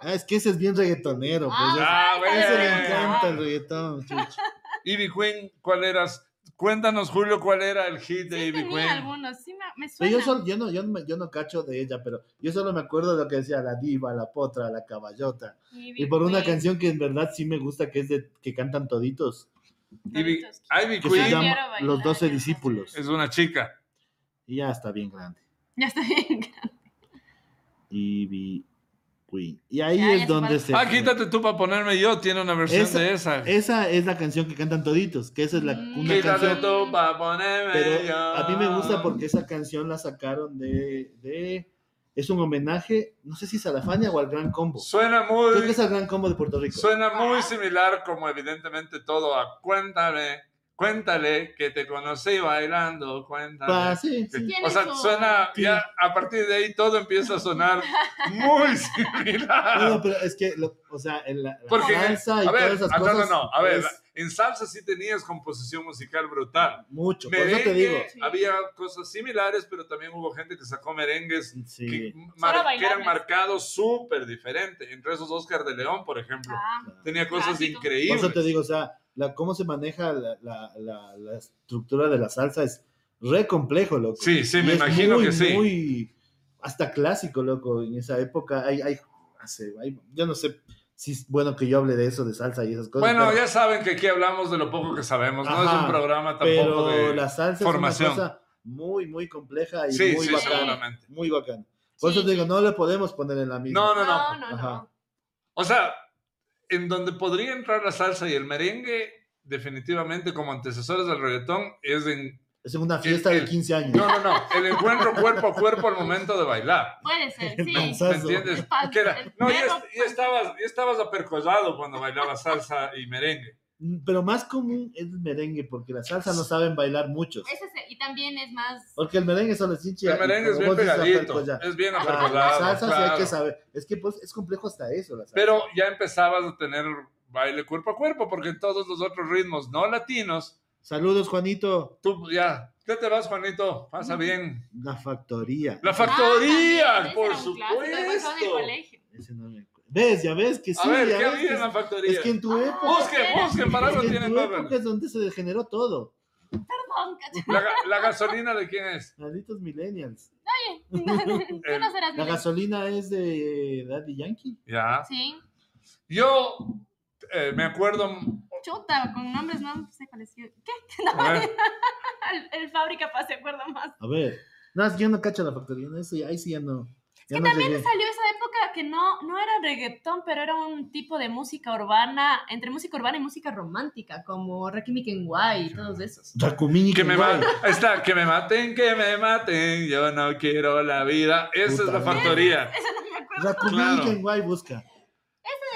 C: Ah, es que ese es bien reggaetonero. Pues,
A: Ah,
B: ay,
C: ese
B: ay,
C: le
A: bueno.
B: ay.
C: encanta el reggaetón. chucho.
A: Ivy Queen, ¿cuál eras? Cuéntanos, Julio, ¿cuál era el hit de
B: Sí
A: Ivy
B: tenía
A: Queen?
B: algunos, sí me, me
C: Pero
B: suena.
C: yo, solo- yo, no, yo, no, me- yo no cacho de ella, pero yo solo me acuerdo de lo que decía la diva, la potra, la caballota.
B: Ivy
C: Y por una
B: Queen.
C: canción que en verdad sí me gusta, que es de que cantan toditos,
A: Ivy,
B: Toditos.
A: Ivy
C: que
B: Yo
C: se
A: Queen
B: quiero
C: llama
B: bailar
C: Los Doce
B: esa
C: Discípulos.
A: es una chica.
C: Y ya está bien grande.
B: Ya está bien.
C: Ivy Queen. Y ahí
B: Ya, ya
C: es
B: se
C: donde
B: parece.
C: se.
A: Ah, quítate tú para ponerme yo. Tiene una versión
C: Esa-
A: de esa.
C: Esa es la canción que cantan toditos, que esa es la,
B: Mm.
C: una
A: Quítate
C: canción.
A: tú para ponerme
C: Pero
A: yo.
C: a mí me gusta porque esa canción la sacaron de. de es un homenaje, no sé si es a la Fania o al Gran Combo.
A: Suena
C: Creo que
A: muy,
C: es al Gran Combo de Puerto Rico.
A: suena muy similar, como evidentemente todo a Cuéntame, cuéntale que te conocí bailando, cuéntale.
C: Ah, sí, sí.
B: Tiene
A: O sea,
B: su-
A: suena,
C: Sí.
A: ya a partir de ahí todo empieza a sonar muy similar.
C: No, pero es que, lo- o sea, en la, la
A: Porque,
C: salsa y
A: a ver,
C: todas esas
A: ah, no,
C: cosas.
A: no, no, a ver,
C: es
A: en salsa sí tenías composición musical brutal.
C: mucho, por eso te digo.
A: Merengue, había cosas similares, pero también hubo gente que sacó merengues que,
C: Sí.
A: mar-
B: Solo bailables.
A: que eran marcados súper diferente. Entre esos Oscar de León, por ejemplo,
B: Ah,
A: tenía cosas
B: Clásico.
C: Por
A: increíbles.
C: eso te digo, o sea, la, cómo se maneja la, la, la, la estructura de la salsa es re complejo, loco.
A: Sí, sí,
C: Y
A: me
C: es
A: imagino
C: muy,
A: que sí.
C: Muy hasta clásico, loco. En esa época hay, hay, hace- hay- yo no sé si es bueno que yo hable de eso, de salsa y esas cosas.
A: Bueno,
C: pero,
A: ya saben que aquí hablamos de lo poco que sabemos, no es
C: Ajá,
A: un programa tampoco
C: pero
A: de...
C: la salsa
A: formación.
C: es una cosa muy, muy compleja y
A: Sí,
C: muy
A: sí,
C: bacana.
A: seguramente.
C: Muy bacana. Por
B: Sí,
C: eso te digo, no le podemos poner en la misma.
A: No,
B: No,
A: no,
B: no,
A: no.
B: no.
C: Ajá.
A: O sea, en donde podría entrar la salsa y el merengue, definitivamente como antecesores del reggaetón, es en...
C: Es una fiesta
A: El-
C: de
A: el-
C: 15 años.
A: No, no, no, el encuentro cuerpo a cuerpo al momento de bailar.
B: Puede ser,
A: ¿Me
B: sí.
C: Panzazo.
A: entiendes?
B: El pan-
A: Que era-
B: el
A: no, ya,
B: mero
A: es- ya estabas, ya estabas apercollado cuando bailabas salsa y merengue.
C: Mm, Pero más común es el merengue, porque la salsa no saben bailar muchos.
B: Ese es el- y también es más.
C: Porque el merengue solo es chinche.
A: El merengue es bien pegadito, es bien
C: pues Ah, La
A: apercollado.
C: salsa sí hay que
A: claro.
C: saber. Es que pues, es complejo hasta eso. La salsa.
A: Pero ya empezabas a tener baile cuerpo a cuerpo, porque todos los otros ritmos no latinos,
C: Saludos, Juanito.
A: tú ya, ¿qué te vas, Juanito? Pasa bien.
C: La factoría.
A: La
B: Ah,
A: factoría,
B: también,
A: por
B: ese era un clásico, el
A: supuesto.
B: cuento del colegio.
C: Ese no me acuerdo. ¿Ves? Ya ves que sí.
A: A ver,
C: ya
A: ¿qué
C: ves
A: había
C: que
A: en la
C: sí.
A: factoría?
C: Es que en tu época.
A: Busquen, busquen, para
C: es
A: algo
C: que en
A: tienen
C: tu
A: Google.
C: época es donde se degeneró todo.
B: Perdón, cacho.
A: La, ga- la gasolina de quién es?
C: Malditos millennials.
B: Tú no serás
C: La
B: mi-
C: gasolina es de Daddy Yankee.
A: Ya.
B: Sí.
A: Yo eh, me acuerdo.
B: Chuta, con nombres no sé cuál es. ¿Qué?
A: a ver,
B: El, el fábrica pa, se acuerda más.
C: A ver. No, es que yo no cacho la factoría. en Eso, ya- ahí sí ya no. Ya no llegué.
B: Salió esa época que no, no era reggaetón, pero era un tipo de música urbana, entre música urbana y música romántica, como Rakimi Kenway y todos esos.
C: Racumini
A: que me
C: Kenwai.
A: maten. Está, que me maten, que me maten. Yo no quiero la vida. Esa es
C: Puta
A: la
C: madre.
A: factoría.
B: Eso no me acuerdo.
C: Racumini
A: Claro.
C: Kenwai busca.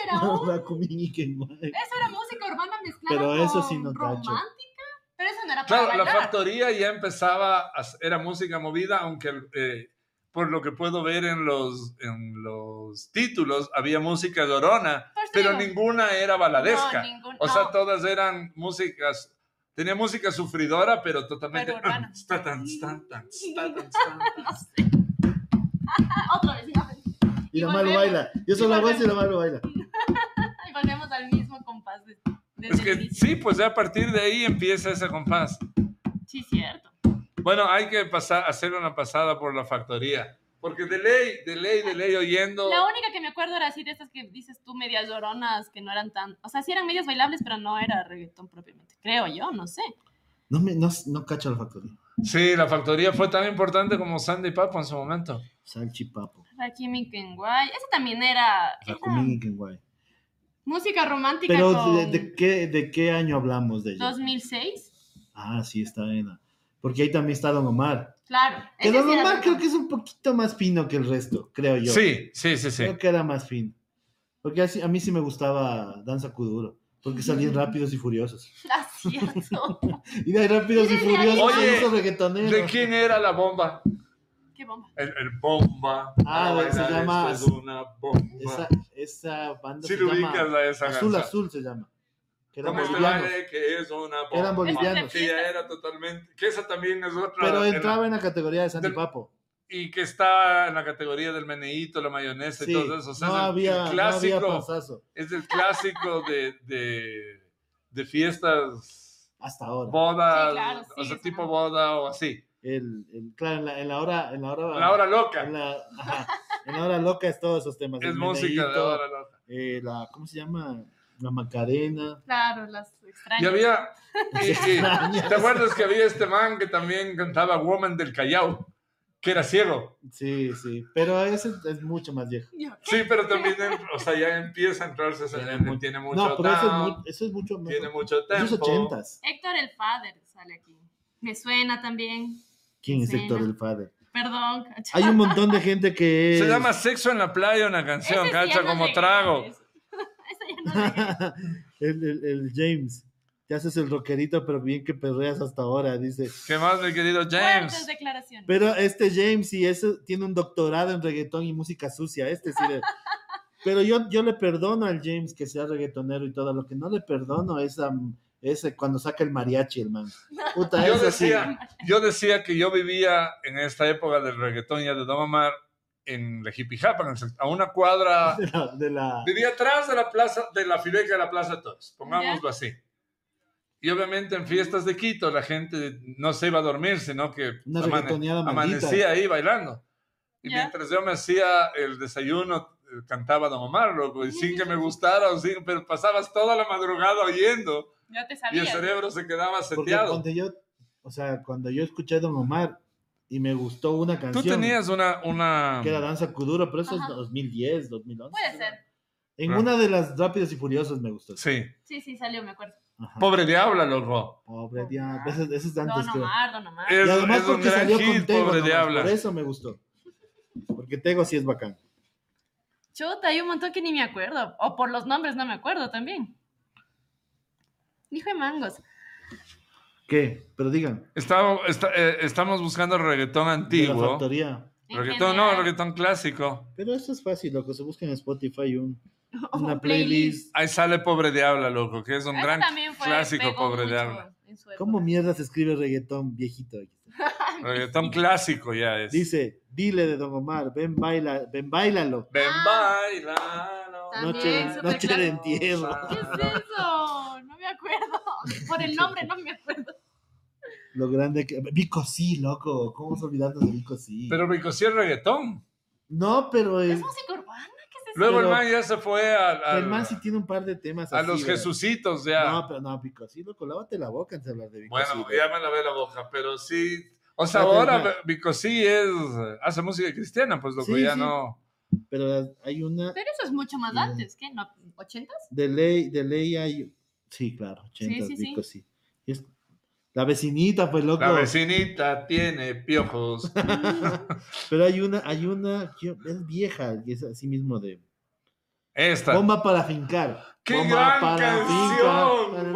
B: Era un-
C: Racumini Kenwai.
B: eso era música urbana mezclada
C: Pero eso
B: con
C: sí no cacho.
B: romántica. Pero eso no era para
A: Claro, la
B: bailar.
A: factoría ya empezaba, a- era música movida, aunque el, eh, por lo que puedo ver en los, en los títulos, había música llorona,
B: Por eso
A: pero
B: digo.
A: ninguna era baladesca.
B: No, ningún-
A: o sea,
B: no.
A: todas eran músicas. Tenía música sufridora, pero totalmente.
B: Pero urbana.
A: Está tan, está tan, está tan, está tan.
B: Ah, Otra vez, no.
C: Y la
B: Y
C: malo
B: volvemos.
C: baila. Yo solo
B: Y
C: la voz y la
B: volvemos.
C: malo baila.
B: Y volvemos al mismo compás de- desde
A: Es
B: el
A: que
B: inicio.
A: sí, pues ya a partir de ahí empieza ese compás.
B: Sí, cierto.
A: Bueno, hay que pasar, hacer una pasada por la factoría. Porque de ley, de ley, de ley oyendo.
B: La única que me acuerdo era así de estas que dices tú, medias lloronas, que no eran tan. O sea, sí eran medias bailables, pero no era reggaetón propiamente. Creo yo, no sé.
C: No, me, no, no cacho la factoría.
A: Sí, la factoría fue tan importante como Sandy Papo en su momento.
C: Salchipapo.
B: Rakimi Kenway. Esa también era. era
C: Rakumin y Kenwai.
B: música romántica
C: Pero
B: con
C: ¿de, de qué, ¿de qué año hablamos de ella?
B: 2006.
C: Ah, sí, está bien. Porque ahí también está Don Omar.
B: Claro.
C: Que
B: ese
C: Don
B: sí era
C: Omar
B: de-
C: creo que es un poquito más fino que el resto, creo yo.
A: Sí, sí, sí, sí.
C: Creo que era más fino. Porque así- a mí sí me gustaba Danza Kuduro. Porque salían rápidos y furiosos.
B: Ah, cierto.
C: Y de ahí rápidos y
B: Y desde ahí,
C: furiosos.
A: Oye,
C: son esos reggaetoneros.
A: ¿De quién era la bomba?
B: Qué bomba.
A: El, el bomba.
C: Ah,
A: Para
C: se
A: bailar
C: llama-
A: esto es una bomba.
C: Esa, esa banda
A: Sí,
C: se
A: lo
C: llama
A: ubicas a esa
C: Azul
A: ganza.
C: Azul se llama. Que eran
A: Como este
C: bolivianos.
A: baile que es una bomba.
C: Eran bolivianos.
A: Que ya era totalmente. Que esa también es otra.
C: Pero
A: en la-
C: entraba en la categoría de Sandy
A: del-
C: Papo.
A: y que está en la categoría del meneíto, la mayonesa
C: Sí,
A: y todo eso. O sea,
C: no,
A: es el- el,
C: había, no
A: clásico,
C: había pasazo
A: es el clásico de, de, de fiestas,
C: hasta ahora.
A: bodas,
B: Sí, claro,
A: o
B: sí,
A: sea,
B: es
A: tipo
B: una-
A: boda o así.
C: El, el- claro, en la, en la hora... En la hora,
A: La hora loca,
C: En la, ajá, en la hora loca es todos esos temas.
A: es
C: el
A: música de
C: meneíto,
A: hora loca.
C: eh, la, ¿Cómo se llama? La Macarena.
B: Claro, las extrañas.
A: Y había, y- y-
C: Extrañas.
A: ¿te acuerdas que había este man que también cantaba Woman del Callao? Que era ciego.
C: Sí, sí. Pero ese es mucho más viejo.
B: Yo,
A: Sí, pero también, en- o sea, ya empieza a entrarse, ese-
C: Tiene mu-
A: tiene mucho
C: No, pero eso es,
A: down,
C: mu- eso es mucho más.
A: tiene mucho
C: Esos
A: tempo.
C: ochentas.
B: Héctor el Father sale aquí. Me suena también.
C: ¿Quién es
B: Suena.
C: Héctor el Padre?
B: Perdón, cacho.
C: Hay un montón de gente que es...
A: Se llama Sexo en la Playa una canción,
B: Ese sí
A: cacha,
B: ya no
A: como
B: sé.
A: trago.
B: Eso ya no sé.
C: el, el- el James. Te haces el rockerito, pero bien que perreas hasta ahora, dice.
A: ¿Qué más, mi querido
B: Fuertes
A: James?
B: declaraciones.
C: Pero este James, sí, ese tiene un doctorado en reggaetón y música sucia, este sí. le- Pero yo, yo le perdono al James que sea reggaetonero y todo, lo que no le perdono es a- ese cuando saca el mariachi, el man. Puta,
A: Yo
C: eso sí.
A: decía, yo decía que yo vivía en esta época del reggaetón y de Don Omar en la hippie japa, en el sec- a una cuadra.
C: De la, de la-
A: Vivía atrás de la plaza, de la fideca de la Plaza Todos, pongámoslo así. Y obviamente en fiestas de Quito la gente no se iba a dormir, sino que
C: Una
A: amane-
C: reggaetoneada maldita.
A: amanecía ahí bailando. Y
B: Ya.
A: mientras yo me hacía el desayuno, eh, cantaba Don Omar, loco, y sin que me gustara, o sin- pero pasabas toda la madrugada oyendo
B: Ya te
A: y el
B: sabía.
A: cerebro se quedaba
C: Porque
A: seteado.
C: cuando yo, o sea, cuando yo escuché a Don Omar y me gustó una
A: Tú
C: canción
A: tenías una... una...
C: que era Danza Kuduro, pero eso
B: Ajá.
C: es 2010, 2011.
B: Puede ser.
C: En
A: Ah.
C: una de las Rápidos y Furiosos me gustó.
A: Sí.
B: Sí, sí, salió, me acuerdo.
C: Ajá.
A: Pobre diabla, loco.
C: Pobre diablo. Ese, ese es de antes,
B: Don
C: creo.
B: Omar, Don Omar.
A: Es,
C: y además
A: es un
C: porque
A: gran
C: salió con
A: hit,
C: Tego.
A: pobre
C: nomás, por
A: diabla.
C: eso me gustó. Porque Tego sí es bacán.
B: Chuta, hay un montón que ni me acuerdo. O por los nombres no me acuerdo también. Hijo de mangos.
C: ¿Qué? Pero digan.
A: Estaba- está- eh, estamos buscando reggaetón
C: De la
A: antiguo.
C: factoría.
B: En
A: Reggaetón, no,
B: general,
A: reggaetón clásico.
C: Pero eso es fácil, lo que se busca en Spotify, un,
B: un
C: una playlist.
A: Ahí sale Pobre Diabla, loco, que es un
B: Ese
A: gran
B: también fue-
A: clásico,
B: pegó
A: Pobre
B: mucho
A: Diabla.
B: en su
C: ¿Cómo
B: época.
C: mierda se escribe reggaetón viejito?
A: Reggaetón clásico ya es.
C: Dice, dile de Don Omar, ven, baila, ven, bailalo.
A: Ven,
B: Ah.
A: baila.
B: También,
A: no
B: Noche- noche de
C: entierro.
B: ¿Qué es eso? No me acuerdo. Por el nombre no me acuerdo.
C: Lo grande que... Vico sí, loco. ¿Cómo vamos a olvidarnos de Vico sí?
A: Pero Rico sí es reggaetón.
C: No, pero
B: ¿Es
C: es...
B: música urbana? ¿Qué es eso?
A: Luego el
C: Pero-
A: man ya se fue al- al-
C: El man sí tiene un par de temas
A: a
C: así,
A: los
C: ¿verdad?
A: Jesucitos ya.
C: No, pero no, Vico sí, loco. Lávate la boca antes de hablar de Vico sí,
A: Bueno,
C: loco.
A: ya me lavé la boca, pero sí. O sea,
C: Ya te
A: ahora
C: digo.
A: Bicosí es. hace música cristiana, pues lo que
C: Sí,
A: ya
C: sí.
A: no.
C: Pero las- hay una...
B: Pero eso es mucho
C: Mm.
B: más antes, ¿qué? ¿No? ¿80s?
C: De ley, de ley hay. Sí, claro, 80,
B: sí, sí.
C: Vico, sí. Y es- La vecinita, pues loco.
A: La vecinita tiene piojos.
C: Pero hay una, hay una, que es vieja, que es así mismo de.
A: Esta.
C: Bomba para fincar.
A: ¡Qué
C: bomba
A: gran
C: fincar.
A: canción!
C: Na, na, na, na,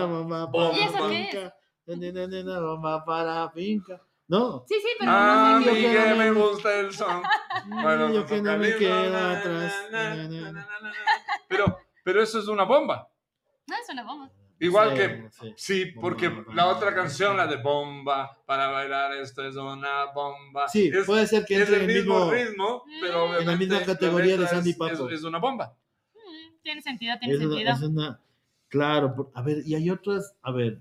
A: Bomba.
C: bomba para
B: ¿Y eso qué
C: fincar. Na, na, na, na, bomba para finca. No.
B: Sí, sí, pero
A: ah,
B: no sé
C: mi-
B: qué.
A: Miguel, me gusta el son. Bueno,
C: yo
A: nos
C: que
A: toca
C: no me
A: el himno,
C: quedo
A: na,
C: atrás.
A: na, na,
C: na, na.
A: na, na, na. Pero, pero eso es una bomba.
B: No, es una bomba.
A: Igual
C: Sí,
A: que.
C: sí.
A: Sí, porque
C: Bomba.
A: la otra canción, la de bomba, para bailar esto es una bomba.
C: Sí,
A: es,
C: puede ser que
A: es
C: entre
A: el
C: en el
A: mismo
C: mismo.
A: ritmo, pero
B: En la
A: obviamente
C: misma categoría de
A: letra
C: Sandy
A: es-
C: Papo.
A: Es, es una bomba.
B: Mm, Tiene sentido, tiene
C: Es una,
B: sentido.
C: es una- Claro, por- a ver, y hay otras. A ver.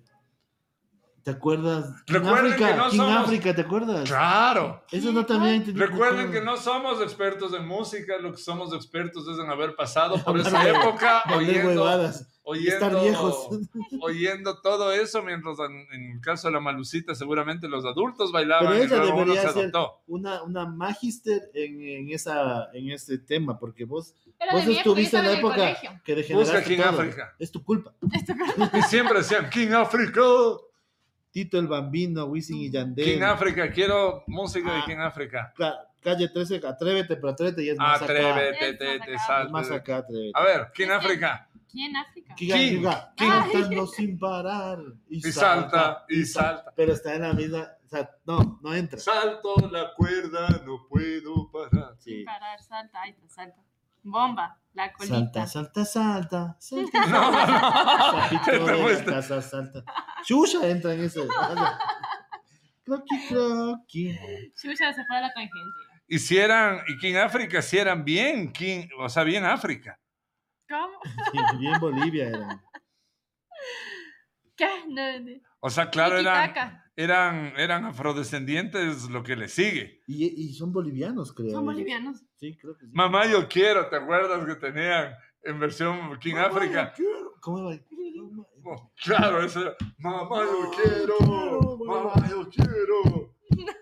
C: ¿Te acuerdas? King
A: Recuerden que
C: África,
A: no
C: King
A: somos-
C: África, ¿te acuerdas?
A: Claro.
C: Eso no también. te-
A: Recuerden
C: te-
A: que no somos expertos en música, lo que somos expertos es en haber pasado por
C: Hablar
A: esa
C: hue-
A: época
C: Hablar
A: oyendo,
C: huevadas. y
A: oyendo,
C: Estar viejos.
A: oyendo todo eso, mientras en, en el caso de la malucita seguramente los adultos bailaban
C: Pero
A: y
C: ella
A: luego uno
C: debería
A: se
C: ser-
A: adoptó.
C: Una, una magister en, en, esa, en ese tema, porque vos,
B: Pero
C: vos
B: de viejo, yo
C: estuviste en
B: estaba
C: la
B: en el
C: época
B: colegio.
C: que
A: Busca
C: degeneraste
A: King
C: todo.
A: África.
C: Es tu culpa.
A: Y siempre decían, King África.
C: Tito el Bambino, Wisin y Yandel.
A: King África, quiero música de
C: Ah.
A: King África.
C: Ca- Calle 13, atrévete, pero atrévete y es más acá.
A: Atrévete, te, te
C: Es más
A: salte.
C: acá, atrévete.
A: A ver, King África.
B: ¿Quién África?
C: Giga,
A: King,
C: giga,
A: King.
C: saltando sin parar. Y,
A: Y salta, y salta.
C: Pero está en la misma. O sea, no, no entra.
A: Salto la cuerda, no puedo parar.
C: Sí.
B: Parar, salta, ahí está, salta. Bomba, la colita.
C: Salta, salta, salta. Salta,
A: No, no, no.
C: Sapito
A: Te
C: de la
A: fuiste.
C: casa, salta. Chucha entra en ese. Croqui, croqui.
B: Chucha se fue a la tangente.
A: Y si eran, y King África, si eran bien, King, o sea, bien África.
B: ¿Cómo?
C: Sí, bien Bolivia era.
B: ¿Qué? No, no.
A: O sea, claro, eran,
B: Tiki-taka.
A: eran, eran afrodescendientes lo que le sigue.
C: Y, y son bolivianos, creo.
B: Son
C: ellos.
B: bolivianos.
C: Sí, creo que sí.
A: Mamá, yo quiero, ¿te acuerdas que tenían en versión King
C: Mamá,
A: África?
C: yo quiero- ¿Cómo va? Mamá,
A: Oh, Claro, eso era, mamá, yo
C: Mamá,
A: quiero,
C: quiero,
A: mamá,
C: mamá".
A: yo quiero,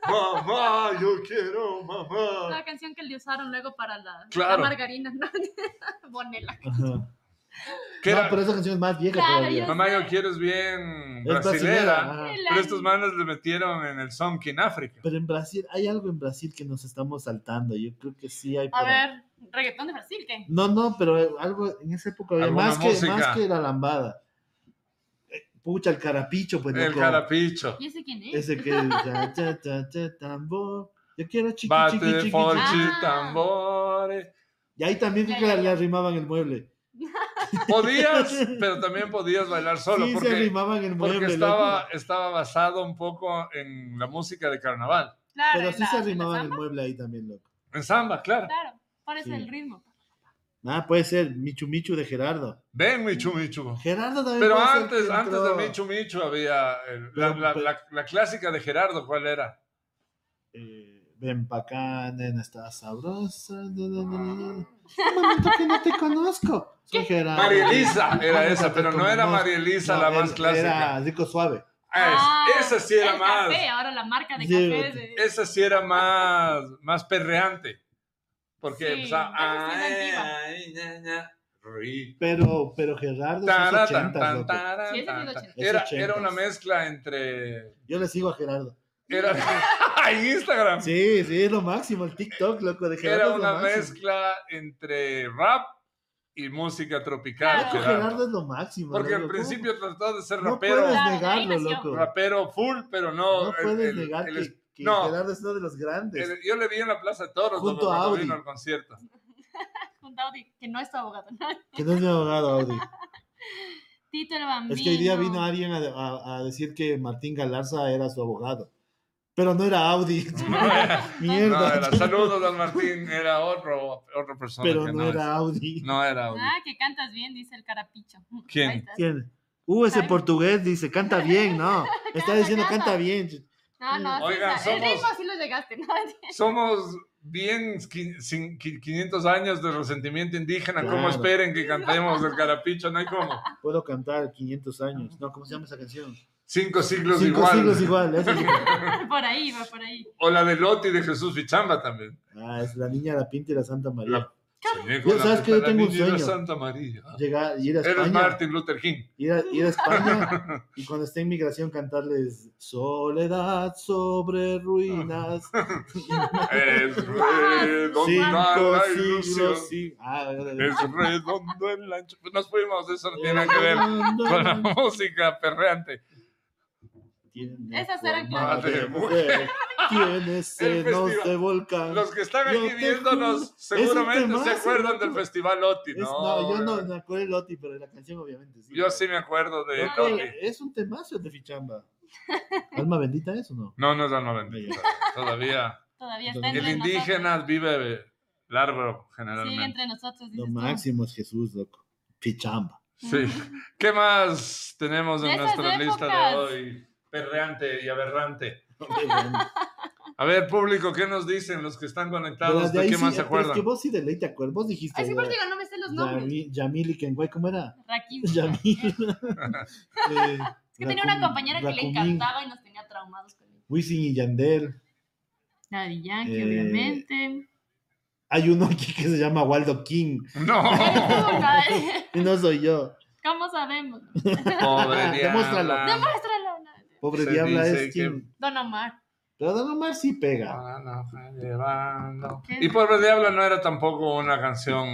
A: mamá, yo quiero, mamá.
B: La canción que le usaron luego para la,
A: Claro.
B: la margarina. ¿no? Bonela.
C: Ajá.
A: Que
C: no,
A: era,
C: pero esa canción es más vieja
B: Claro,
C: todavía.
B: yo-
A: mamá, yo quiero es bien
C: Es
A: brasilera.
C: ajá.
A: Pero estos manos le metieron en el son King África.
C: Pero en Brasil, hay algo en Brasil que nos estamos saltando. Yo creo que sí hay.
B: A
C: por ahí.
B: ver, reggaetón de Brasil, ¿qué?
C: No, no, pero algo en esa época había
A: Alguna
C: más que,
A: música.
C: más que la lambada. Eh, Pucha, el carapicho, pues
A: El
C: loco.
A: carapicho.
B: ¿Y ese quién es?
C: Ese que. cha, cha, cha, cha, tambor. Yo quiero chiqui, chiqui, chiqui,
A: Bate,
C: chiqui.
A: forchi,
B: Ah.
A: tambores.
C: Y ahí también
B: Ya,
C: creo que
B: ya,
C: le- le
B: ya.
C: arrimaban el mueble.
A: Podías, pero también podías bailar solo.
C: sí, se
A: porque
C: arrimaban el mueble.
A: porque
C: loco.
A: estaba, estaba basado un poco en la música de carnaval.
B: Claro,
C: Pero
B: en
C: sí
B: la-
C: se
B: en la
C: arrimaban el
B: samba,
C: mueble ahí también, loco.
A: En samba, claro.
B: Claro, por eso
C: Sí.
B: el ritmo.
C: Ah, puede ser Michu Michu de Gerardo.
A: Ven, Michu Michu.
C: Gerardo también.
A: Pero
C: puede ser
A: antes,
C: que
A: antes de
C: entró,
A: Michu Michu había el- la,
C: Pero- pues
A: la-
C: pero-
A: la- la clásica de Gerardo, ¿cuál era?
C: eh, ven pa' acá, nena, estás sabrosa. da, da, da, da, da. Un momento que no te conozco. Soy Gerardo.
A: María Elisa era
C: Nunca
A: esa,
C: te
A: pero no era
C: conozco.
A: María Elisa
C: pues
A: la
C: No, él-
A: más clásica.
C: Era rico suave.
A: Ah, es- esa sí era
B: el
A: más.
B: Café, ahora la marca de
C: Sí,
B: café. es de-
A: Esa sí era más, más perreante. Porque
B: Sí,
A: empezaba.
B: esa sí es
A: "Ay,
B: antigua".
A: ay, ña, ña, rico".
C: Pero, pero Gerardo es
A: Tará,
C: los
A: tan,
C: 80,
A: tan,
C: loco.
A: tará,
B: Sí, ese es
A: tan,
B: de los
A: tan.
B: ochentas.
A: Era,
C: Es ochentas.
A: era una mezcla entre.
C: Yo le sigo a Gerardo.
A: Era Instagram.
C: Sí, sí, es lo máximo. El TikTok, loco, de Gerardo.
A: Era
C: es lo
A: una
C: máximo.
A: mezcla entre rap y música tropical.
B: Claro.
C: Loco,
A: Gerardo.
C: Gerardo es lo máximo.
A: Porque
C: loco.
A: al principio trató de ser
C: ¿Cómo? no
A: rapero,
C: puedes
B: Claro, ahí
C: negarlo,
B: nació.
C: loco.
A: rapero full, pero no.
C: No
A: el-
C: puedes
A: el-
C: negar
A: el-
C: que, que
A: no.
C: Gerardo es uno de los grandes.
A: el- yo le vi en la Plaza de Toros
C: Junto
A: cuando
C: a
A: cuando
C: Audi.
A: vino al concierto.
B: Junto a Audi, que no es tu abogado.
C: Que no es mi abogado, Audi.
B: Tito el Bambino.
C: Es que hoy día vino alguien a, a- a decir que Martín Galarza era su abogado. Pero no era Audi.
A: No,
C: Mierda.
A: era, saludos al Martín, era otro, otra persona.
C: Pero
A: que
C: no era Audi.
A: No era Audi.
B: Ah, que cantas bien, dice el carapicho.
A: ¿Quién?
B: Ahí está.
C: ¿Quién? Uh, ese
B: Ay.
C: portugués dice, canta bien, ¿no? Está
B: Canta,
C: diciendo,
B: canta.
C: canta bien.
B: No, no, sí,
A: Oigan,
B: está- el
A: somos-
B: ritmo sí lo llegaste, ¿no?
A: Somos bien qui- cin- qui- 500 años de resentimiento indígena. ¿Cómo
C: Claro.
A: esperen que cantemos el carapicho? No hay cómo.
C: Puedo cantar 500 años. No, ¿cómo se llama esa canción?
A: Cinco siglos
C: Cinco
A: igual.
C: siglos igual. esa es la-
B: Por ahí, va por ahí.
A: O la de Lotti de Jesús Fichamba también.
C: Ah, es la niña, la pinta y la Santa María.
A: Soñé con
C: Yo-
A: la
C: ¿sabes que yo
A: la
C: tengo un
A: niña de
C: sueño?
A: Santa María.
C: Llegar, ir a
A: Ah, Eres
C: España.
A: Martin Luther King.
C: Ir a, ir a España y cuando esté en migración cantarles Soledad sobre ruinas.
A: Es redonda
C: Cinco
A: la ilusión.
C: siglos. sí. Ah,
A: Es redondo el ancho. Nos fuimos, eso no tiene nada que ver con la música perreante.
C: ¿Quién
B: Esas eran
C: Guamare,
A: clásicas.
C: mujer? ¿Quién es
A: El
C: nos
A: festival.
C: de volcán?
A: Los que están
C: Yo
A: aquí
C: te juro,
A: viéndonos
C: es un
A: seguramente se
C: temazo,
A: acuerdan
C: loco.
A: del Festival Oti,
C: Es-
A: ¿no?
C: no, yo no
A: güey?
C: me acuerdo el Oti, pero la canción obviamente sí.
A: Yo sí me acuerdo de
C: Loco,
A: Oti.
C: Es un temazo de Fichamba. ¿Alma bendita es o no?
A: No, no es la 90. Todavía.
B: Todavía está
C: Entonces,
A: El
B: entre
A: indígena
B: nosotros.
A: vive largo,
B: Sigue
A: generalmente.
B: entre nosotros.
C: Lo
B: dices tú.
C: máximo es Jesús, loco. Fichamba.
A: Sí. ¿Qué más tenemos
B: De
A: en
B: esas
A: nuestra lista
B: épocas.
A: de hoy? Perreante y aberrante.
C: Pero
A: A ver, público, ¿qué nos dicen los que están conectados?
C: Pues de
A: ¿De
C: ahí
A: qué
C: sí-
A: más se
C: pero Es
A: acuerdan?
C: que vos sí de ley te acuerdas. Vos dijiste.
B: Ay, sí,
C: ya,
B: por digo, no me sé los nombres.
C: Yami- Yamil y Kenguay, ¿cómo era?
B: Raquín. Es
C: Yamil. Eh,
B: que tenía una
C: Racum-
B: compañera que le
C: Racumín,
B: encantaba y nos tenía traumados con él.
C: Wisin y Yandel.
B: Daddy Yankee,
C: Eh,
B: obviamente.
C: Hay uno aquí que se llama Waldo King.
A: No,
C: Y no soy yo.
B: ¿Cómo sabemos?
A: pobre
C: Demuéstralo.
A: diabla.
B: Demuéstralo. no.
C: Pobre
A: Se
C: diabla
A: dice
C: es
A: que- Ah.
C: quien.
B: Don Omar.
C: Pero Don Omar sí pega.
A: No, no, no, llevando.
B: ¿Qué?
A: Y pobre diabla no era tampoco una canción.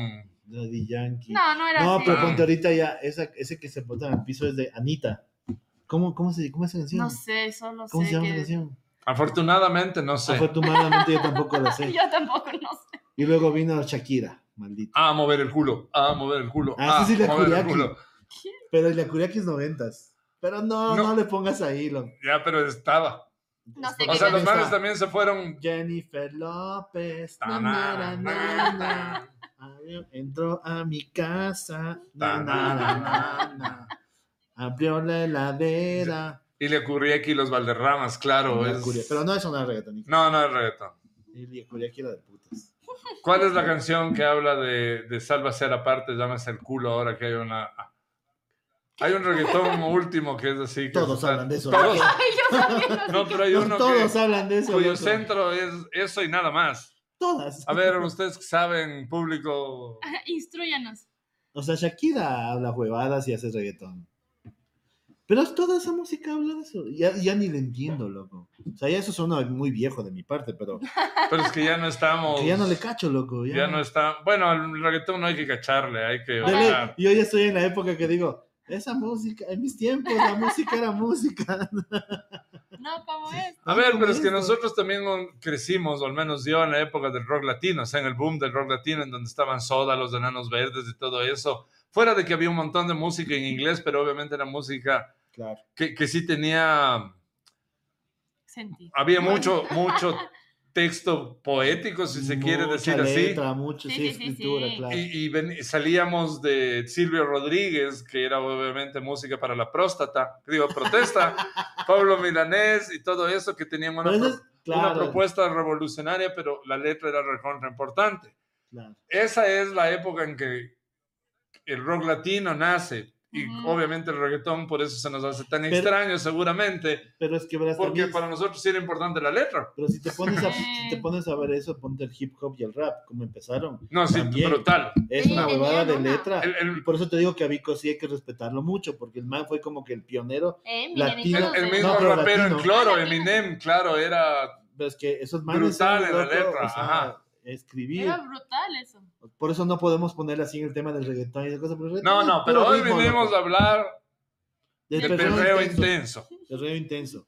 C: Daddy Yankee. No,
B: No, no era así.
C: pero
A: Ah.
C: ponte ahorita ya. esa- ese que se pone al piso es de Anita. ¿Cómo, cómo, se, ¿Cómo es esa canción?
B: No sé, solo
C: ¿Cómo
B: sé
C: se llama esa
B: que...
C: canción?
A: Afortunadamente, no sé.
C: Afortunadamente yo tampoco la sé.
B: Yo tampoco no sé.
C: Y luego vino Shakira, maldita.
A: A mover el culo, a mover el culo,
C: Ah,
A: a
C: sí, sí, la
A: mover el
C: Kuriaki.
A: culo.
C: Pero la Curiaki es noventas. Pero no, no,
A: No.
C: le pongas ahí. Lo...
A: Ya, pero estaba.
B: No sé
A: O
B: qué
A: sea, los
B: canción
A: manes también se fueron.
C: Jennifer López. na, na,
A: Taná,
C: na,
A: na,
C: na.
A: na.
C: Abrió- Entró a mi casa. Na,
A: Ta,
C: na,
A: na,
C: na, na,
A: na,
C: na. Abrió la heladera.
A: Y le ocurría aquí los Valderramas, claro.
C: Lilia
A: es-
C: Curia- Pero no es una reggaetonista.
A: No, no es reggaetón.
C: Lilia Curiaki era de putas.
A: ¿Cuál es la canción que habla de, de salva ser aparte, llámese el culo ahora que hay una... ah. Hay un reggaetón último que es así. Que
C: Todos
A: está-
C: hablan de eso.
A: Todos-
B: Yo sabía, no sé
A: no,
B: qué-
A: pero hay
C: No,
A: uno
C: todos
A: que,
C: hablan de eso.
A: cuyo
C: loco.
A: centro es eso y nada más.
C: Todas.
A: A ver, ustedes que saben, público...
B: Instruyanos.
C: O sea, Shakira habla huevadas y hace reggaetón. Pero es toda esa música habla de eso. Ya, ya ni le entiendo, loco. O sea, ya eso suena muy viejo de mi parte, pero
A: Pero es que ya no estamos...
C: que ya no le cacho, loco. Ya,
A: ya no está... Bueno, el reggaetón no hay que cacharle, hay que...
C: Dele-
A: bailar.
C: yo ya estoy en la época que digo, esa música, en mis tiempos la música era música.
B: No, ¿cómo es?
A: A ver, pero es que
C: Esto.
A: nosotros también um, crecimos, o al menos yo, en la época del rock latino, o sea, en el boom del rock latino, en donde estaban Soda, los Enanos Verdes y todo eso. Fuera de que había un montón de música en inglés, pero obviamente era música
C: Claro.
A: que, que sí tenía,
B: Sentí.
A: había mucho, mucho texto poético, si se quiere decir así.
C: letra, Mucho, sí,
B: Sí, sí, sí,
C: escritura,
B: sí.
C: claro.
A: Y, y ven- salíamos de Silvio Rodríguez, que era obviamente música para la próstata, digo, protesta, Pablo Milanés y todo eso que tenían una...
C: Pero eso
A: pro-
C: es- claro,
A: una propuesta revolucionaria, pero la letra era recontra importante.
C: claro.
A: Esa es la época en que el rock latino nace y
B: Ujú.
A: obviamente el reggaetón por eso se nos hace tan
C: Pero-
A: extraño seguramente,
C: Pero es que verás
A: porque
C: también-
A: para nosotros sí era importante la letra.
C: Pero si te, pones a,
B: Sí.
C: si te pones a ver eso, ponte el hip hop y el rap, como empezaron.
A: No, sí,
C: También.
A: brutal.
C: Es
B: Sí,
C: una
B: tenían
C: huevada de
B: una.
C: letra.
A: El, el-
C: Por eso te digo que a Vico sí hay que respetarlo mucho, porque el man fue como que el pionero.
B: Eh,
C: Latino.
B: miren,
A: el-
B: ninguno
A: el
B: de-
A: mismo
C: No, pero
A: rapero
C: latino.
A: en cloro,
B: Latino.
A: Eminem, claro, era...
C: Pero es que esos manes.
A: Brutal
C: saben,
A: en la
C: loco,
A: letra,
C: o sea,
A: ajá.
C: Escribir.
B: Era brutal eso.
C: Por eso no podemos poner así en el tema del reggaetón y esas cosas. Pero el
A: No,
C: reggaetón
A: no,
C: es
A: pero
C: puro
A: hoy
C: ritmo,
A: vinimos
C: loco,
A: a hablar
C: del
A: del
C: perreo
A: perreo
C: intenso,
A: intenso.
C: perreo intenso.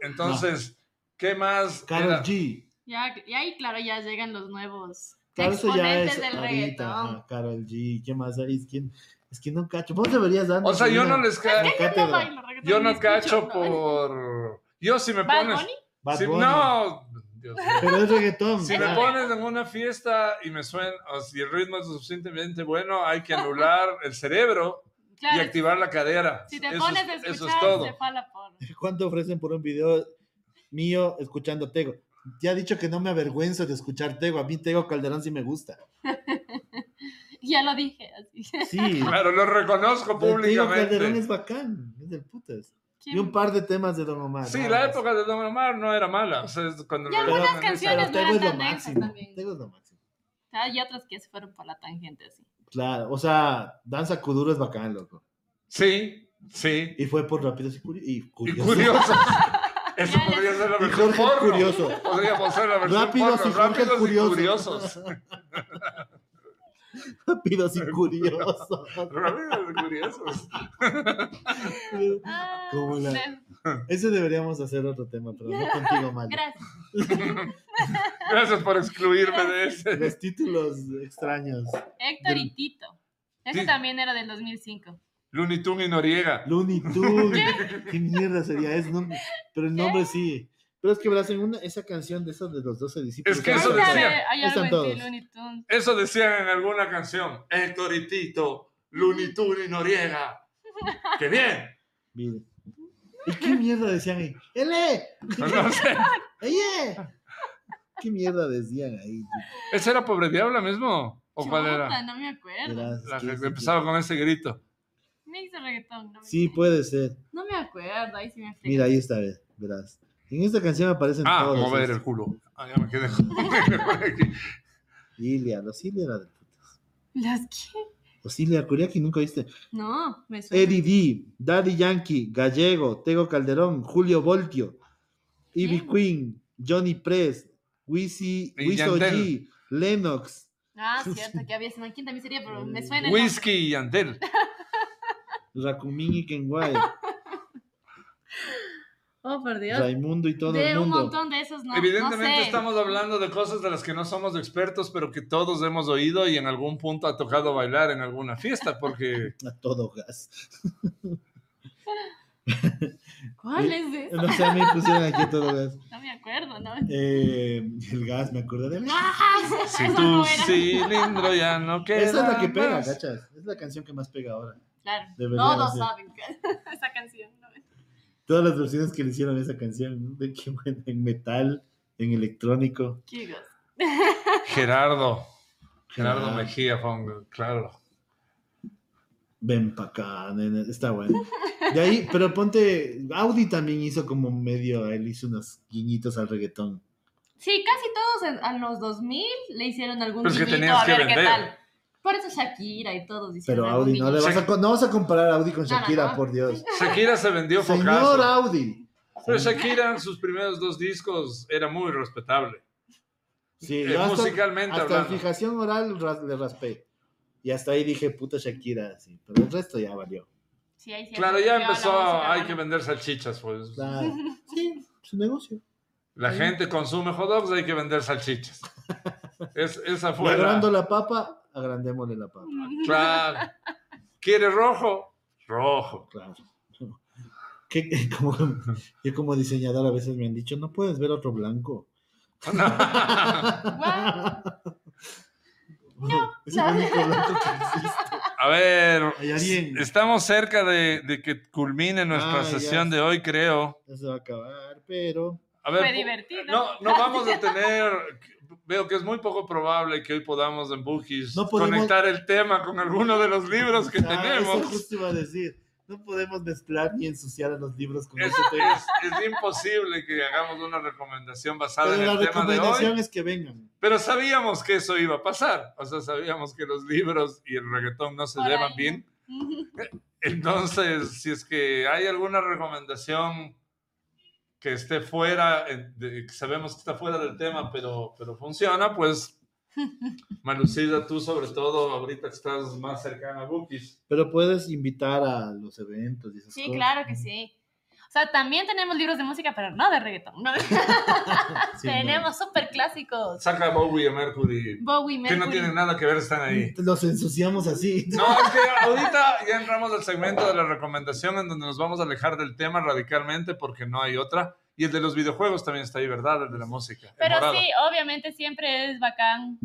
A: Entonces, ¿qué más?
C: Karol
A: era?
C: G.
B: Ya, y ahí, claro, ya llegan los nuevos
C: Claro, eso ya
B: exponentes
C: es.
B: del
C: ahorita,
B: reggaetón.
C: ajá, Karol G. ¿Qué más hay? Es que, es que no cacho. Vos deberías darnos.
A: O sea, yo
C: una
A: no les... ca-
C: cátedra.
B: Yo no bailo reggaetón,
A: Yo no
B: escucho,
A: cacho
B: ¿no?
A: por. Yo, si me
B: ¿Bad
A: pones.
B: Bunny?
C: Bad
A: si-
C: Bunny.
A: no, Dios mío.
C: Pero es reggaetón.
A: Si me
C: ¿verdad?
A: pones en una fiesta y me suena, o si el ritmo es lo suficientemente bueno, hay que anular el cerebro y
B: Claro,
A: activar la cadera.
B: si te
A: Eso
B: pones
A: es-
B: a escuchar,
A: Eso es todo.
B: se fue a la porra.
C: ¿Cuánto ofrecen por un video mío escuchando Tego? Ya he dicho que no me avergüenzo de escuchar Tego. A mí Tego Calderón sí me gusta.
B: Ya lo dije. así.
C: Sí.
A: Claro, lo reconozco
C: pero Tego Calderón
A: públicamente.
C: es bacán. Es del putas.
B: ¿Quién?
C: Y un par de temas de Don Omar.
A: Sí,
C: nada
A: la
C: más.
A: época de Don Omar no era mala. O sea, es cuando
B: Y algunas
A: regresan en esa-
C: Pero
B: canciones. no
C: Tego
B: eran
C: es lo
B: tan densas
C: máximo.
B: también.
C: Tego es lo máximo.
B: Ah, y otros que se fueron por la tangente así.
C: Claro. O sea, Danza Kuduro es bacán, loco.
A: Sí, sí.
C: Y fue por Rápidos y, Curi- y
A: Y
C: Curiosos.
A: curioso. Eso
B: Ya les-
A: podría ser la
C: Y
A: versión
C: Jorge el
A: porno.
C: Curioso.
A: Podríamos ser la versión
C: Rápidos y
A: porno.
C: Jorge el
A: Rápidos
C: Curioso.
A: y curiosos.
C: Rápidos y Curiosos.
A: Rápidos y curiosos.
B: Ah,
C: Como la-
B: de-
C: Ese deberíamos hacer otro tema, pero no contigo, Malu.
B: Gracias.
A: Gracias por excluirme de ese.
C: Los títulos extraños.
B: Héctor
C: Del-
B: y Tito. Ese
A: Sí.
B: también era del 2005.
A: Looney Tunes y Noriega.
C: Looney Tunes. ¿Qué mierda sería? Es nom- Pero el nombre sí. Pero es que verás, en una, esa canción de esos de los 12 discípulos.
A: Es que eso
B: Ahí
A: decía.
B: sabe, Hay algo
C: Están
B: en
C: todos.
B: ti, Looney Tunes.
A: Eso decían en alguna canción. Héctor y Tito, Looney Tunes y Noriega. ¡Qué bien!
C: Mire. ¿Y qué mierda decían ahí? ¡L!
A: Pues No sé.
C: ¡Oye! ¿Qué mierda decían ahí?
A: ¿Ese era Pobre Diabla mismo? ¿O cuál
B: Chuta,
A: era?
B: No me acuerdo.
C: Verás,
A: La
C: es que-
A: que empezaba con ese grito.
B: Me hizo reggaetón. No me,
C: Sí, puede ser.
B: no me acuerdo. Ahí sí me fregué.
C: Mira, ahí está, ver- verás. En esta canción aparecen
A: Ah,
C: todos.
A: mover
C: estos.
A: el culo. Ah, ya me quedé aquí.
C: Ilia, los Ilia era de putas.
B: ¿Las qué?
C: Los Ilia Kuriaki nunca viste.
B: No, me suena.
C: Eddie D, Daddy Yankee, Gallego, Tego Calderón, Julio Voltio, Ivy
B: ¿Quién?
C: Queen, Johnny Press, Wisi,
A: Y
C: Wiso
A: Yandel.
C: G, Lennox,
B: Ah, cierto, que había sido ¿Quién también sería? Pero
C: Eh,
B: me suena. el nombre.
A: Whisky y Antel.
C: Rakumin y Kenway,
B: Oh, por Dios.
C: Raimundo y todo el
B: de un
C: mundo.
B: montón de esos, no.
A: Evidentemente
B: no sé.
A: estamos hablando de cosas de las que no somos expertos, pero que todos hemos oído y en algún punto ha tocado bailar en alguna fiesta, porque
C: A todo gas.
B: ¿Cuál es ese?
C: No sé, a mí me pusieron aquí a todo gas.
B: No me acuerdo, ¿no?
C: Eh, el gas, me acuerdo de.
B: Ah.
A: si
B: Eso
A: tu
B: no era.
A: cilindro ya no queda.
C: Esa es la que pega,
A: más.
C: cachas. Es la canción que más pega ahora.
B: Claro.
C: Debería
B: Todos
C: ser.
B: saben que- esa canción. ¿no?
C: Todas las versiones que le hicieron a esa canción, ¿no? de que, bueno, en metal, en electrónico.
B: Qué gozo.
A: Gerardo. Gerardo
C: Ah,
A: Mejía fue un- claro.
C: Ven pa' acá, nene, está bueno. De ahí, pero ponte, Audi también hizo como medio, él hizo unos guiñitos al reggaetón.
B: Sí, casi todos en, a los 2000 le hicieron algún
A: Pero es que
B: guiñito,
A: tenías
B: a
A: que
B: ver
A: vender.
B: qué tal. Por eso Shakira y todos hicieron
C: Pero
B: algún
C: Audi, no le
B: guiñito.
C: vas a, co- no vas a comparar a Audi con
B: No, no,
C: Shakira,
B: no.
C: por Dios.
A: Shakira se vendió
C: Señor
A: focazo.
C: Audi.
A: Pero Shakira en sus primeros dos discos era muy respetable.
C: Sí,
A: Eh,
C: yo hasta,
A: musicalmente
C: hasta
A: hablando.
C: fijación oral ras- le raspé. Y hasta ahí dije, puta Shakira, sí. Pero el resto ya valió.
B: Sí, ahí sí
A: Claro,
B: se
A: ya
B: cambió la
A: empezó,
B: música,
A: hay
B: ¿no?
A: que vender salchichas, pues.
C: Claro. Sí, su negocio.
A: La gente consume hot dogs, hay que vender salchichas. Es- esa fue la...
C: Agrando la papa, agrandémosle la papa.
A: Claro. ¿Quiere rojo? Rojo.
C: Claro. Que- que como, yo como diseñador a veces me han dicho, no puedes ver otro blanco.
B: Guau,
C: es el único blanco que existe.
A: A ver,
C: Hay alguien.
A: estamos cerca de, de que culmine nuestra
C: Ah, ya.
A: sesión de hoy, creo.
C: Ya se va a acabar, pero
A: A ver,
B: fue
A: pu-
B: divertido.
A: no, no vamos a tener, veo que es muy poco probable que hoy podamos en Bookies
C: No podemos-
A: conectar el tema con alguno de los libros que
C: Ah, eso
A: tenemos.
C: justo iba a decir. No podemos mezclar ni ensuciar a los libros con
A: Es,
C: ese tema.
A: es- es imposible que hagamos una recomendación basada
C: Pero
A: en
C: la
A: el tema de hoy.
C: recomendación es que vengan.
A: Pero sabíamos que eso iba a pasar. O sea, sabíamos que los libros y el reggaetón no se
B: Por
A: llevan
B: ahí.
A: bien. Entonces, si es que hay alguna recomendación que esté fuera, eh, de- que sabemos que está fuera del tema, pero, pero funciona, pues, Malucida, tú sobre todo, ahorita que estás más cercana a Bookies.
C: Pero puedes invitar a los eventos y esas
B: Sí,
C: cosas.
B: claro que sí. O sea, también tenemos libros de música, pero no de reggaetón. ¿no?
C: Sí,
B: tenemos super clásicos.
A: Saca a Bowie y a Mercury,
B: Bowie,
A: que
B: Mercury.
A: no tienen nada que ver, están ahí.
C: no. Los ensuciamos así.
A: No, es que ahorita ya entramos al segmento de la recomendación en donde nos vamos a alejar del tema radicalmente porque no hay otra. Y el de los videojuegos también está ahí, ¿verdad? El de la música. el
B: Pero
A: morado.
B: sí, obviamente siempre es bacán.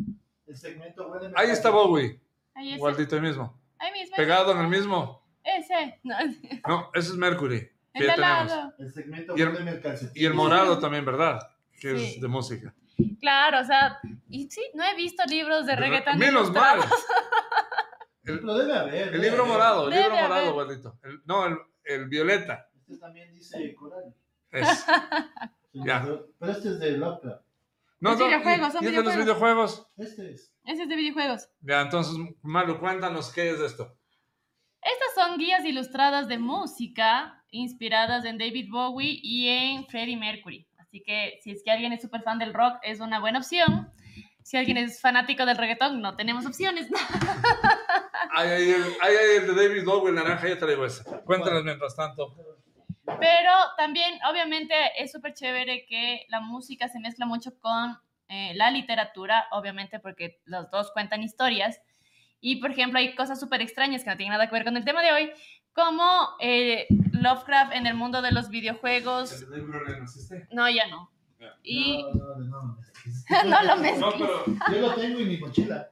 C: El segmento huele
A: Ahí está Bowie,
B: Ahí, es,
A: igualito ahí mismo.
B: ahí mismo.
A: Pegado en el mismo.
B: Ese. No,
A: No, ese es Mercury. Que
B: el
A: ya
B: al
A: tenemos.
B: lado.
C: El segmento
A: Y el-
C: huele el calcetín.
A: Y el morado también, ¿verdad? Que
B: Sí.
A: es de música.
B: Claro, o sea, y sí, no he visto libros de reggaetón.
A: Menos
B: ilustrados.
A: mal.
C: Pero debe haber. ¿eh?
A: El
C: debe
A: libro
C: haber.
A: morado, el
B: Debe
A: libro morado,
B: haber.
A: igualito. El- no, el, el violeta.
C: Este también dice coral.
A: Es. Ya.
C: Pero este es de Lovecraft.
A: No,
B: Son
A: no, y-
B: videojuegos, son
A: y el de los
B: videojuegos.
A: videojuegos.
C: Este es.
B: Ese es de videojuegos.
A: Ya, entonces, Malu, cuéntanos qué es esto.
B: Estas son guías ilustradas de música inspiradas en David Bowie y en Freddie Mercury. Así que si es que alguien es súper fan del rock, es una buena opción. Si alguien es fanático del reggaetón, no tenemos opciones.
A: Ay, ay, el, ay, ay, el de David Bowie, el naranja, ya traigo ese. Cuéntanos mientras tanto.
B: Pero también, obviamente, es súper chévere que la música se mezcla mucho con eh, la literatura, obviamente, porque los dos cuentan historias. Y, por ejemplo, hay cosas súper extrañas que no tienen nada que ver con el tema de hoy, como eh, Lovecraft en el mundo de los videojuegos.
A: No hay problema, ¿sí usted?
B: No, ya no.
A: Ya.
B: Y
C: No, no, no, no.
B: no lo
A: No,
B: mezcles.
A: pero
C: Yo lo tengo en mi mochila.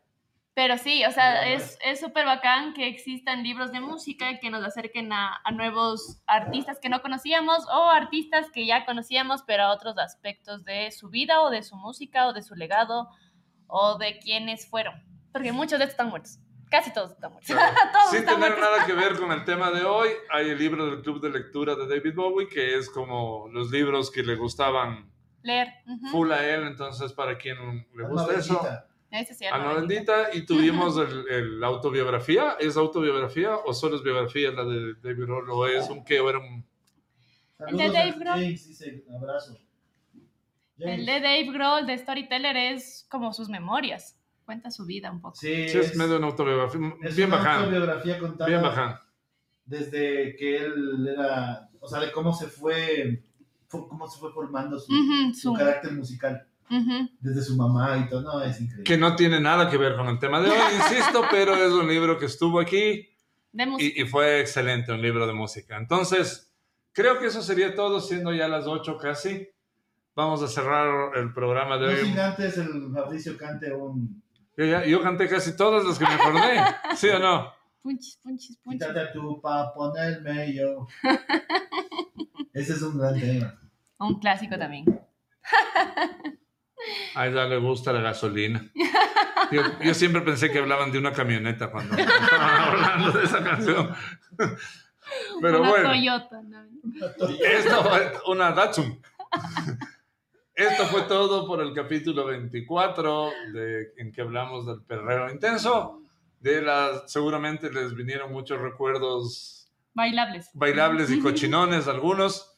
B: Pero sí, o sea,
C: Ya,
B: es es súper bacán que existan libros de música que nos acerquen a, a nuevos artistas que no conocíamos o artistas que ya conocíamos, pero a otros aspectos de su vida o de su música o de su legado o de quienes fueron. Porque muchos de estos están muertos. Casi todos están muertos. todos
A: sin
B: están
A: tener
B: muertos.
A: nada que ver con el tema de hoy, hay el libro del Club de Lectura de David Bowie, que es como los libros que le gustaban
B: Leer. ujú.
A: full a él, entonces para quien le
C: Una
A: gusta eso,
C: vaquita.
B: Ese sí,
A: a la
B: Alma bendita.
A: bendita, y tuvimos el, el- la autobiografía, ¿es autobiografía o solo es biografía la de David Bowie? ¿O es un qué? ¿O era un...?
C: Saludos
B: El de
C: a
B: Dave Grohl.
C: James, dice, abrazo. James.
B: El de Dave Grohl, de Storyteller, es como sus memorias. Cuenta su vida un poco.
C: Sí,
A: Sí, es medio una autobiografía,
C: es
A: bien
C: una
A: bajada,
C: autobiografía contada
A: bien bajada.
C: desde que él era, o sea, de cómo se fue, fu- cómo se fue formando su,
B: Ujú,
C: su
B: su-
C: carácter musical,
B: ujú.
C: desde su mamá y todo, no, es increíble.
A: Que no tiene nada que ver con el tema de hoy, insisto, pero es un libro que estuvo aquí,
B: De música.
A: Y, y fue excelente, un libro de música. Entonces, creo que eso sería todo, siendo ya las 8 casi. Vamos a cerrar el programa de
C: No
A: hoy.
C: sin antes el Fabricio cante un
A: Yo, ya- yo canté casi todas las que me acordé, ¿sí o no?
B: Punchis, punchis, punchis.
C: Quítate tú pa' ponerme yo. Ese es un gran tema.
B: Un clásico también.
A: A ella le gusta la gasolina. Yo, yo siempre pensé que hablaban de una camioneta cuando estaban hablando de esa canción. Pero
B: una
A: bueno.
B: Toyota. ¿no?
A: Esto fue una Datsun. Esto fue todo por el capítulo 24 de, en que hablamos del perreo intenso. De las, seguramente les vinieron muchos recuerdos
B: Bailables.
A: bailables y cochinones algunos.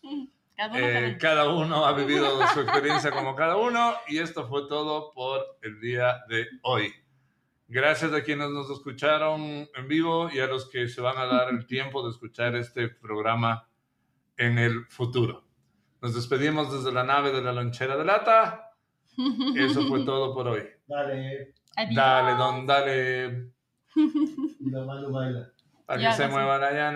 B: Cada uno, cada
A: Eh,
B: uno.
A: cada uno ha vivido su experiencia como cada uno y esto fue todo por el día de hoy. Gracias a quienes nos escucharon en vivo y a los que se van a dar el tiempo de escuchar este programa en el futuro. Nos despedimos desde la nave de la lonchera de lata. Eso fue todo por hoy.
C: Dale,
B: Adiós.
A: Dale, don, dale.
C: y la mano baila.
A: A que
B: Ya,
A: se
B: gracias.
A: muevan allá.